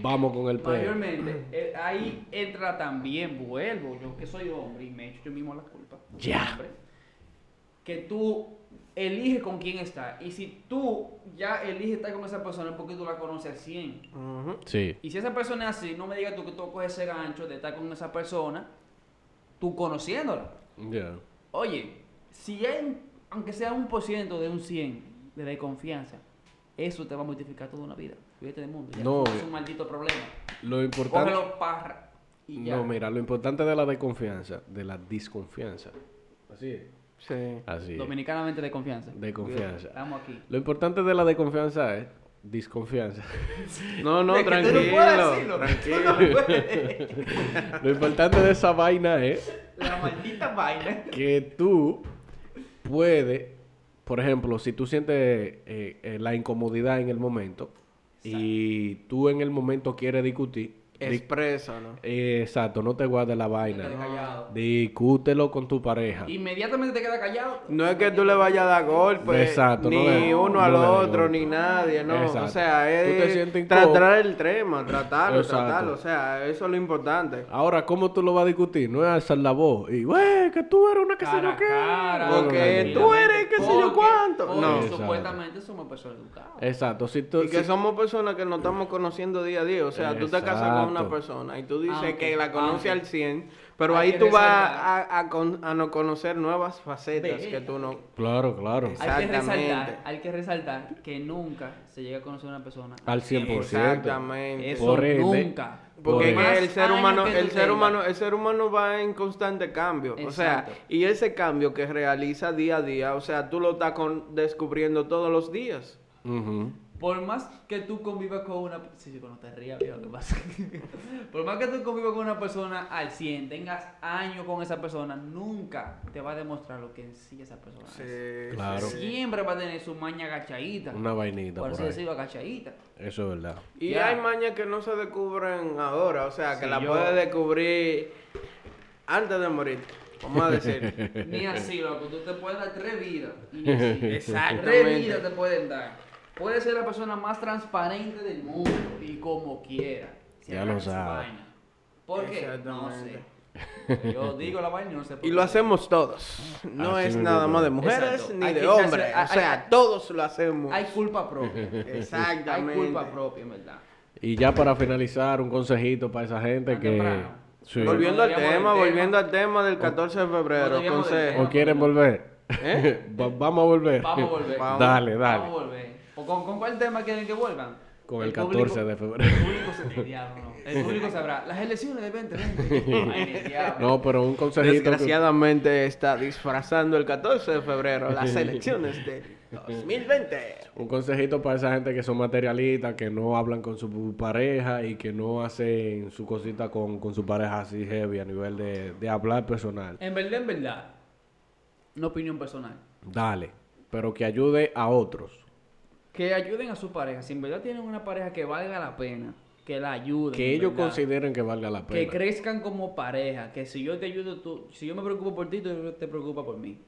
[SPEAKER 1] Vamos con el peor.
[SPEAKER 2] Mayormente, eh, ahí entra también, vuelvo, yo que soy hombre y me echo yo mismo la culpa.
[SPEAKER 1] Ya.
[SPEAKER 2] Hombre, que tú eliges con quién estar. Y si tú ya eliges estar con esa persona es porque tú la conoces al 100.
[SPEAKER 3] Ujú.
[SPEAKER 1] Sí.
[SPEAKER 2] Y si esa persona es así, no me digas tú que tú coges ese gancho de estar con esa persona, tú conociéndola.
[SPEAKER 1] Ya.
[SPEAKER 2] Oye, si hay, aunque sea un por ciento de un 100 de desconfianza, eso te va a mortificar toda una vida. Fíjate del mundo. ya.
[SPEAKER 1] No.
[SPEAKER 2] Es un maldito problema.
[SPEAKER 1] Lo importante...
[SPEAKER 2] Cógelo para y ya.
[SPEAKER 1] No, mira, lo importante de la desconfianza, de la desconfianza. Así es.
[SPEAKER 3] Sí.
[SPEAKER 1] Así es.
[SPEAKER 2] Dominicanamente de confianza.
[SPEAKER 1] De confianza.
[SPEAKER 2] Estamos aquí.
[SPEAKER 1] Lo importante de la desconfianza es desconfianza.
[SPEAKER 3] No, no,
[SPEAKER 2] De que tú no
[SPEAKER 3] tranquilo.
[SPEAKER 2] puedes decirlo.
[SPEAKER 3] tranquilo.
[SPEAKER 1] lo importante de esa vaina es
[SPEAKER 2] La maldita vaina.
[SPEAKER 1] que tú puedes, por ejemplo, si tú sientes eh, eh, la incomodidad en el momento y tú en el momento quieres discutir,
[SPEAKER 3] Expresa, ¿no?
[SPEAKER 1] Eh, exacto, no te guardes la
[SPEAKER 2] Te quedas
[SPEAKER 1] vaina.
[SPEAKER 2] callado.
[SPEAKER 1] Discútelo con tu pareja.
[SPEAKER 2] Inmediatamente te quedas callado.
[SPEAKER 3] No es que tú le vayas a dar golpes,
[SPEAKER 1] Exacto, no
[SPEAKER 3] ni
[SPEAKER 1] le-
[SPEAKER 3] uno
[SPEAKER 1] no
[SPEAKER 3] al
[SPEAKER 1] le des
[SPEAKER 3] otro,
[SPEAKER 1] golpe.
[SPEAKER 3] ni nadie, no. O
[SPEAKER 1] Exacto.
[SPEAKER 3] sea,
[SPEAKER 1] Tú te sientes
[SPEAKER 3] es
[SPEAKER 1] incómodo.
[SPEAKER 3] tratar el tema, tratarlo,
[SPEAKER 1] Exacto.
[SPEAKER 3] tratarlo. O sea, eso es lo importante.
[SPEAKER 1] Ahora, ¿cómo tú lo vas a discutir? No es alzar la voz. Y, güey, que tú eres una que se
[SPEAKER 2] Cara
[SPEAKER 1] yo
[SPEAKER 2] a
[SPEAKER 1] qué.
[SPEAKER 2] cara,
[SPEAKER 1] No, no,
[SPEAKER 3] Porque
[SPEAKER 1] no,
[SPEAKER 3] tú
[SPEAKER 1] no.
[SPEAKER 3] eres qué sé yo
[SPEAKER 2] porque-
[SPEAKER 3] cuánto.
[SPEAKER 2] porque
[SPEAKER 3] No.
[SPEAKER 1] Exacto.
[SPEAKER 2] supuestamente somos personas educadas.
[SPEAKER 1] Exacto, si tú.
[SPEAKER 3] Y que
[SPEAKER 1] si-
[SPEAKER 3] somos personas que nos estamos conociendo día a día. O sea, tú te casas con una
[SPEAKER 1] Exacto.
[SPEAKER 3] persona y tú dices
[SPEAKER 2] Aunque-
[SPEAKER 3] que la conoces
[SPEAKER 2] aunque-
[SPEAKER 3] al 100, pero
[SPEAKER 2] Ah, hay
[SPEAKER 3] ahí
[SPEAKER 2] que
[SPEAKER 3] tú vas
[SPEAKER 2] resaltar.
[SPEAKER 3] a, a con- a no conocer nuevas facetas
[SPEAKER 2] Ve.
[SPEAKER 3] que tú no...
[SPEAKER 1] Claro, claro.
[SPEAKER 2] Hay que resaltar,
[SPEAKER 3] Exactamente.
[SPEAKER 2] hay que resaltar que nunca se llega a conocer a una persona.
[SPEAKER 1] Al 100%.
[SPEAKER 3] Exactamente.
[SPEAKER 2] Eso
[SPEAKER 1] Por ende,
[SPEAKER 2] nunca.
[SPEAKER 3] Porque
[SPEAKER 1] Por
[SPEAKER 3] es que
[SPEAKER 2] Más
[SPEAKER 3] el ser
[SPEAKER 2] años
[SPEAKER 3] humano,
[SPEAKER 2] que tú
[SPEAKER 3] el ser
[SPEAKER 2] tengas.
[SPEAKER 3] humano, el ser humano va en constante cambio. O sea,
[SPEAKER 2] Exacto.
[SPEAKER 3] y ese cambio que realiza día a día, o sea, tú lo estás con- descubriendo todos los días.
[SPEAKER 1] Ujú.
[SPEAKER 2] Por más que tú convivas con una... Sí, sí, cuando te rías, viejo, ¿qué pasa? Por más que tú convivas con una persona al 100, tengas años con esa persona, nunca te va a demostrar lo que en sí esa persona es.
[SPEAKER 1] Claro.
[SPEAKER 2] Siempre va a tener su maña agachadita.
[SPEAKER 1] Una vainita
[SPEAKER 2] por
[SPEAKER 1] por
[SPEAKER 2] eso
[SPEAKER 1] ahí.
[SPEAKER 2] decirlo, agachadita.
[SPEAKER 1] Eso es verdad.
[SPEAKER 3] Y
[SPEAKER 2] Ya.
[SPEAKER 3] hay mañas que no se descubren ahora, o sea, que
[SPEAKER 2] Sí,
[SPEAKER 3] la
[SPEAKER 2] yo-
[SPEAKER 3] puedes descubrir antes de morir, vamos a decir.
[SPEAKER 2] Ni así, loco. Tú te puedes dar tres vidas. y ni así.
[SPEAKER 3] Exactamente.
[SPEAKER 2] Tres vidas te pueden dar. Puedes ser la persona más transparente del mundo y como quiera. Si
[SPEAKER 1] Ya
[SPEAKER 2] hagas
[SPEAKER 1] lo
[SPEAKER 2] esa
[SPEAKER 1] sabe.
[SPEAKER 2] vaina. ¿Por qué? No sé.
[SPEAKER 3] Exactamente.
[SPEAKER 2] Yo digo la vaina y no sé por
[SPEAKER 3] y lo
[SPEAKER 2] qué.
[SPEAKER 3] hacemos todos. No
[SPEAKER 1] Así
[SPEAKER 3] es
[SPEAKER 1] mismo
[SPEAKER 3] nada
[SPEAKER 1] es.
[SPEAKER 3] más de mujeres
[SPEAKER 2] Exacto.
[SPEAKER 3] ni
[SPEAKER 2] Hay que
[SPEAKER 3] de
[SPEAKER 2] echarse-
[SPEAKER 3] hombres,
[SPEAKER 2] hay-
[SPEAKER 3] o sea,
[SPEAKER 2] hay-
[SPEAKER 3] todos lo hacemos.
[SPEAKER 2] Hay culpa propia.
[SPEAKER 3] Exactamente.
[SPEAKER 2] Hay culpa propia, en verdad.
[SPEAKER 1] Y ya para finalizar, un consejito para esa gente
[SPEAKER 2] Tan
[SPEAKER 1] que.
[SPEAKER 2] Ah, temprano.
[SPEAKER 1] Sí.
[SPEAKER 3] Volviendo al
[SPEAKER 2] Volveríamos al
[SPEAKER 3] tema,
[SPEAKER 2] tema.
[SPEAKER 3] volviendo al tema del 14 de febrero,
[SPEAKER 2] Volveríamos del
[SPEAKER 3] consejo.
[SPEAKER 1] ¿O quieren volver?
[SPEAKER 3] ¿Eh?
[SPEAKER 1] Va- vamos a volver.
[SPEAKER 2] Vamos a volver.
[SPEAKER 3] Vamos.
[SPEAKER 1] Dale, dale.
[SPEAKER 2] Vamos a volver. ¿O con, con cuál tema quieren que vuelvan?
[SPEAKER 1] Con el
[SPEAKER 2] público-
[SPEAKER 1] 14 de febrero.
[SPEAKER 2] El público, se- diablo, no. El público sabrá. Las elecciones de 2020. Ay, el diablo.
[SPEAKER 1] No, pero un consejito. que-
[SPEAKER 3] Desgraciadamente está disfrazando el 14 de febrero las elecciones de 2020.
[SPEAKER 1] Un consejito para esa gente que son materialistas, que no hablan con su pareja y que no hacen su cosita con, con su pareja así heavy a nivel de, de hablar personal.
[SPEAKER 2] En verdad, en verdad. Una opinión personal.
[SPEAKER 1] Dale, pero que ayude a otros.
[SPEAKER 2] Que ayuden a su pareja. Si en verdad tienen una pareja que valga la pena, que la ayuden.
[SPEAKER 1] Que
[SPEAKER 2] en
[SPEAKER 1] ellos
[SPEAKER 2] verdad.
[SPEAKER 1] consideren que valga la
[SPEAKER 2] Que
[SPEAKER 1] pena.
[SPEAKER 2] crezcan como pareja. Que si yo te ayudo, tú. Si yo me preocupo por ti, tú te preocupas por mí.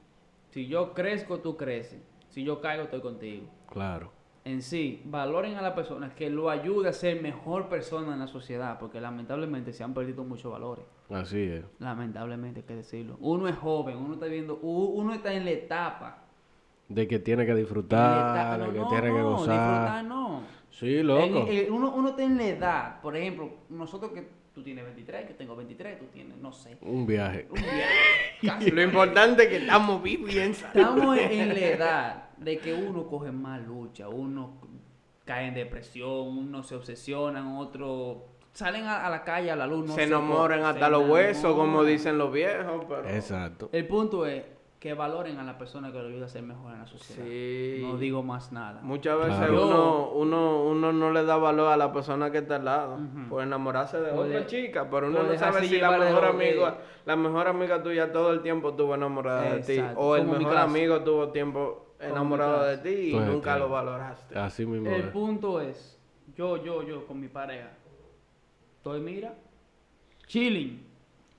[SPEAKER 2] Si yo crezco, tú creces. Si yo caigo, estoy contigo.
[SPEAKER 1] Claro.
[SPEAKER 2] En sí, valoren a la persona que lo ayude a ser mejor persona en la sociedad. Porque lamentablemente se han perdido muchos valores.
[SPEAKER 1] Así es.
[SPEAKER 2] Lamentablemente, hay que decirlo. Uno es joven, uno está viendo. u- Uno está en la etapa.
[SPEAKER 1] De que tiene que
[SPEAKER 2] Disfrutar,
[SPEAKER 1] disfrutar, de que tiene que gozar.
[SPEAKER 2] Disfrutar no.
[SPEAKER 1] Sí, loco.
[SPEAKER 2] El- el- uno, uno está en la edad, por ejemplo, nosotros que tú tienes 23, yo tengo 23, tú tienes, no sé,
[SPEAKER 1] Un viaje.
[SPEAKER 2] un día, casi.
[SPEAKER 3] Lo importante es que estamos vivos y en salud.
[SPEAKER 2] Estamos en- en la edad de que uno coge más lucha, uno cae en depresión, uno se obsesionan, otro salen a, a la calle a la luz. no
[SPEAKER 3] Se
[SPEAKER 2] sé
[SPEAKER 3] enamoran
[SPEAKER 2] cómo,
[SPEAKER 3] hasta
[SPEAKER 2] se
[SPEAKER 3] los huesos,
[SPEAKER 2] enamoran.
[SPEAKER 3] como dicen los viejos. Pero...
[SPEAKER 1] Exacto.
[SPEAKER 2] El punto es que valoren a la persona que lo ayuda a ser mejor en la sociedad.
[SPEAKER 3] Sí.
[SPEAKER 2] No digo más nada.
[SPEAKER 3] Muchas veces
[SPEAKER 1] Claro.
[SPEAKER 3] uno, uno, uno no le da valor a la persona que está al lado
[SPEAKER 2] Ujú.
[SPEAKER 3] por enamorarse de
[SPEAKER 2] O
[SPEAKER 3] otra
[SPEAKER 2] de-
[SPEAKER 3] chica, pero
[SPEAKER 2] o
[SPEAKER 3] uno no
[SPEAKER 2] dejarse
[SPEAKER 3] sabe si la
[SPEAKER 2] llevar de
[SPEAKER 3] mejor
[SPEAKER 2] lo que-
[SPEAKER 3] amiga, la mejor amiga tuya todo el tiempo estuvo enamorada de ti
[SPEAKER 2] Exacto,
[SPEAKER 3] o el
[SPEAKER 2] como mi
[SPEAKER 3] mejor
[SPEAKER 2] caso.
[SPEAKER 3] amigo tuvo tiempo
[SPEAKER 2] mi
[SPEAKER 3] enamorado de
[SPEAKER 2] caso.
[SPEAKER 3] ti y
[SPEAKER 1] Pues,
[SPEAKER 3] nunca
[SPEAKER 1] claro.
[SPEAKER 3] lo valoraste.
[SPEAKER 1] Así mismo.
[SPEAKER 2] El
[SPEAKER 1] es.
[SPEAKER 2] punto es, yo, yo, yo con mi pareja, estoy, mira, chilling.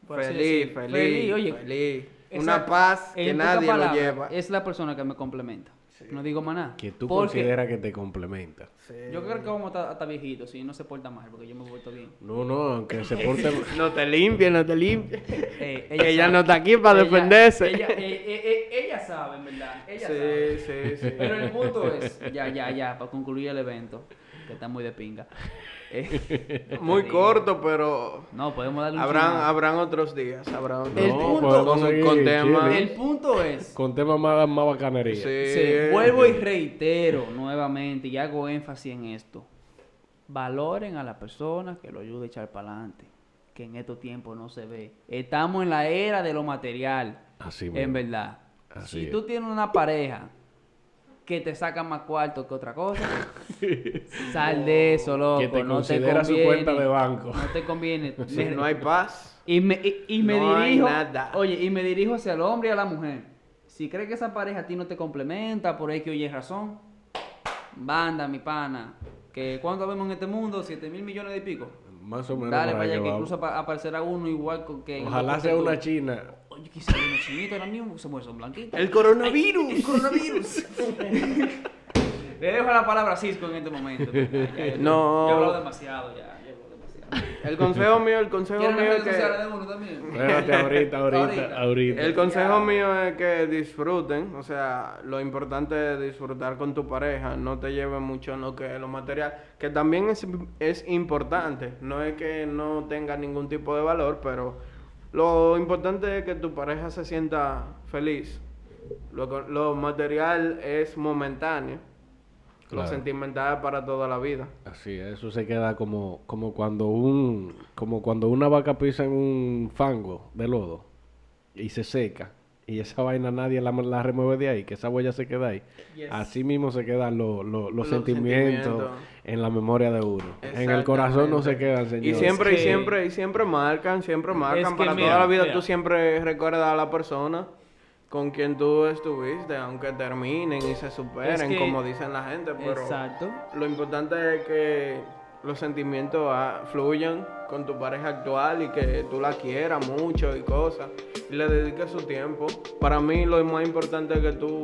[SPEAKER 2] por así
[SPEAKER 3] Feliz,
[SPEAKER 2] decirlo.
[SPEAKER 3] feliz,
[SPEAKER 2] feliz, oye.
[SPEAKER 3] feliz.
[SPEAKER 2] Exacto.
[SPEAKER 3] Una paz que
[SPEAKER 2] En pocas
[SPEAKER 3] nadie lo
[SPEAKER 2] palabras,
[SPEAKER 3] lleva.
[SPEAKER 2] Es la persona que me complementa. No digo más nada.
[SPEAKER 1] Que tú
[SPEAKER 2] Porque
[SPEAKER 1] consideras que te complementa.
[SPEAKER 3] Sí.
[SPEAKER 2] Yo creo que vamos a estar hasta viejitos si no se porta mal, porque yo me he puesto bien.
[SPEAKER 1] No, no, aunque se porte.
[SPEAKER 3] No te limpie, no te limpie.
[SPEAKER 2] Eh,
[SPEAKER 3] Ella
[SPEAKER 2] sabe.
[SPEAKER 3] no está aquí para
[SPEAKER 2] Ella-
[SPEAKER 3] defenderse.
[SPEAKER 2] Ella, eh, eh, eh, ella sabe, en verdad. Ella sabe.
[SPEAKER 3] Sí, sí, sí.
[SPEAKER 2] Pero el punto es, ya, ya, ya, para concluir el evento, que está muy de pinga. Eh, no te
[SPEAKER 3] Muy
[SPEAKER 2] digo.
[SPEAKER 3] corto, pero
[SPEAKER 2] No, podemos darle un
[SPEAKER 3] habrán,
[SPEAKER 2] chin más.
[SPEAKER 3] habrán otros días. Habrá otros
[SPEAKER 2] El
[SPEAKER 3] días.
[SPEAKER 2] punto-
[SPEAKER 1] podemos
[SPEAKER 3] Con-
[SPEAKER 1] seguir
[SPEAKER 3] con tema.
[SPEAKER 1] chilling.
[SPEAKER 2] El punto es,
[SPEAKER 1] Con temas más, más bacanería.
[SPEAKER 3] Sí.
[SPEAKER 2] se- vuelvo y reitero nuevamente y hago énfasis en esto. Valoren a la persona que lo ayude a echar para adelante, que en estos tiempos no se ve. Estamos en la era de lo material,
[SPEAKER 1] Así mismo.
[SPEAKER 2] en verdad.
[SPEAKER 1] Así
[SPEAKER 2] si
[SPEAKER 1] es.
[SPEAKER 2] tú tienes una pareja que te saca más cuarto que otra cosa, sal de eso, loco.
[SPEAKER 1] Que te
[SPEAKER 2] no
[SPEAKER 1] considera su
[SPEAKER 2] conviene,
[SPEAKER 1] cuenta de banco.
[SPEAKER 2] No te conviene.
[SPEAKER 3] Si no hay paz,
[SPEAKER 2] Y me, y, y me
[SPEAKER 3] No hay
[SPEAKER 2] dirijo.
[SPEAKER 3] nada.
[SPEAKER 2] Oye, y me dirijo hacia el hombre y a la mujer. Si crees que esa pareja a ti no te complementa, por ahí que oyes razón, banda, mi pana. Que cuánto vemos en este mundo, siete mil millones de pico.
[SPEAKER 1] Más o menos.
[SPEAKER 2] Dale
[SPEAKER 1] por
[SPEAKER 2] para
[SPEAKER 1] ahí
[SPEAKER 2] allá
[SPEAKER 1] que
[SPEAKER 2] que
[SPEAKER 1] vamos.
[SPEAKER 2] incluso apa- aparecerá uno igual con que.
[SPEAKER 1] Ojalá sea una china.
[SPEAKER 2] Oye, quizá una chinita ahora mismo, porque se mueve son blanquitos.
[SPEAKER 3] El coronavirus.
[SPEAKER 2] El coronavirus. Le dejo la palabra a Cisco en este momento. Ya, ya, ya,
[SPEAKER 3] No.
[SPEAKER 2] Yo hablo demasiado ya. Yo hablo demasiado.
[SPEAKER 3] El consejo mío, el consejo
[SPEAKER 2] ¿Quieren las
[SPEAKER 3] mío es
[SPEAKER 2] redes sociales
[SPEAKER 3] que.
[SPEAKER 2] de uno también?
[SPEAKER 1] Espérate, ahorita, ahorita,
[SPEAKER 2] Ahorita.
[SPEAKER 1] ahorita.
[SPEAKER 3] El consejo mío es que disfruten, o sea, lo importante es disfrutar con tu pareja, no te lleves mucho en lo que es lo material, que también es, es importante, no es que no tenga ningún tipo de valor, pero lo importante es que tu pareja se sienta feliz. Lo, co- lo material es momentáneo,
[SPEAKER 1] Claro.
[SPEAKER 3] lo sentimental es para toda la vida.
[SPEAKER 1] Así, es, eso se queda como, como cuando un, como cuando una vaca pisa en un fango de lodo y se seca y esa vaina nadie la, la remueve de ahí, que esa huella se queda ahí.
[SPEAKER 3] Yes.
[SPEAKER 1] Así mismo se quedan lo- lo- los
[SPEAKER 3] Los
[SPEAKER 1] sentimientos
[SPEAKER 3] sentimientos.
[SPEAKER 1] en la memoria de uno. En el corazón no se quedan, señor.
[SPEAKER 3] Y siempre,
[SPEAKER 2] Es
[SPEAKER 3] y
[SPEAKER 2] que-
[SPEAKER 3] siempre, y siempre marcan, siempre marcan.
[SPEAKER 2] que
[SPEAKER 3] Para
[SPEAKER 2] mira,
[SPEAKER 3] toda la vida
[SPEAKER 2] mira.
[SPEAKER 3] tú siempre recuerdas a la persona con quien tú estuviste, aunque terminen y se superen,
[SPEAKER 2] Es que-
[SPEAKER 3] como dicen la gente. Pero
[SPEAKER 2] Exacto.
[SPEAKER 3] lo importante es que los sentimientos ah, fluyan con tu pareja actual y que tú la quieras mucho y cosas. Y le dediques su tiempo. Para mí lo más importante es que tú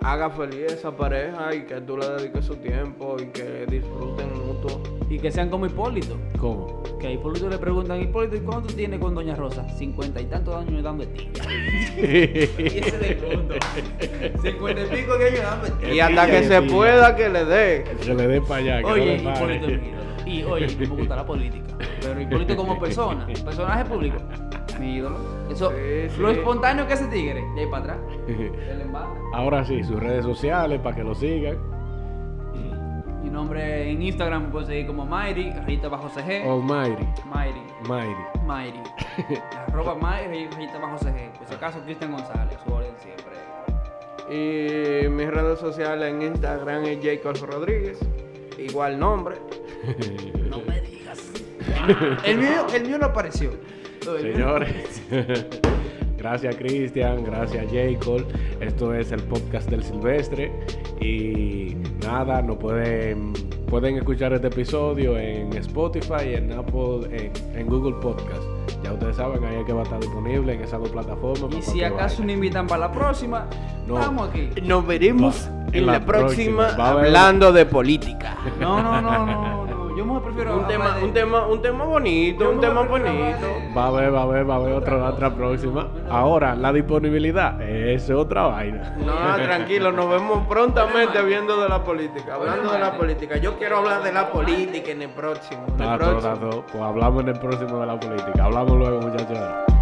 [SPEAKER 3] hagas feliz a esa pareja y que tú le dediques su tiempo y que disfruten mutuo.
[SPEAKER 2] Y que sean como Hipólito.
[SPEAKER 1] ¿Cómo?
[SPEAKER 2] Que a Hipólito le preguntan, Hipólito, ¿y cuánto tiene con Doña Rosa? Cincuenta y tantos años dando el tía. y ese es el punto. Cincuenta y pico de años dando el tía.
[SPEAKER 3] Y hasta que se pueda que le dé.
[SPEAKER 1] Que le dé para allá. que no
[SPEAKER 2] Oye,
[SPEAKER 1] le pare.
[SPEAKER 2] Hipólito es mi ídolo. Y oye, no me gusta la política. Pero Hipólito como persona, personaje público, mi ídolo. Eso,
[SPEAKER 3] Sí,
[SPEAKER 2] lo
[SPEAKER 3] sí.
[SPEAKER 2] espontáneo que es ese tigre, de ahí para atrás. Se le embarra.
[SPEAKER 1] Ahora sí, sus redes sociales para que lo sigan.
[SPEAKER 2] Mi nombre en Instagram me pueden seguir como Mayri, rayita bajo CG.
[SPEAKER 1] Almighty,
[SPEAKER 2] Mayri,
[SPEAKER 1] Mighty.
[SPEAKER 2] Mayri. Arroba Mayri, rayita bajo CG. Por si acaso, Cristian González, su orden siempre.
[SPEAKER 3] Y mis redes sociales en Instagram es Jacob Rodríguez. Igual nombre.
[SPEAKER 2] No me digas. Ah, El mío, el mío no apareció. El mío no
[SPEAKER 1] Señores, gracias Cristian, gracias Jacob. Esto es el podcast del Silvestre. Y nada, no pueden, pueden escuchar este episodio en Spotify, en Apple, en, en Google Podcast. Ya ustedes saben, ahí es que va a estar disponible en esas dos plataformas.
[SPEAKER 2] Y
[SPEAKER 1] para
[SPEAKER 2] si
[SPEAKER 1] cualquier
[SPEAKER 2] acaso
[SPEAKER 1] vaina.
[SPEAKER 2] nos invitan para la próxima,
[SPEAKER 1] No.
[SPEAKER 2] estamos aquí.
[SPEAKER 3] Nos veremos
[SPEAKER 1] Va-
[SPEAKER 3] en la, próxima,
[SPEAKER 1] Va a haber-
[SPEAKER 3] hablando de política.
[SPEAKER 2] No, no, no, no, no. Yo me prefiero
[SPEAKER 3] Un tema,
[SPEAKER 2] hablar de-
[SPEAKER 3] un tema, un tema bonito, un tema bonito.
[SPEAKER 2] eh.
[SPEAKER 1] Va a haber, va a haber, va a haber otra, otra próxima. Ahora, la disponibilidad es otra vaina.
[SPEAKER 3] No, tranquilo, nos vemos prontamente viendo de la política, hablando de la política. Yo quiero hablar de la política en el próximo, en el
[SPEAKER 1] Tato,
[SPEAKER 3] próximo.
[SPEAKER 1] tato. Pues hablamos en el próximo de la política. Hablamos luego, muchachos.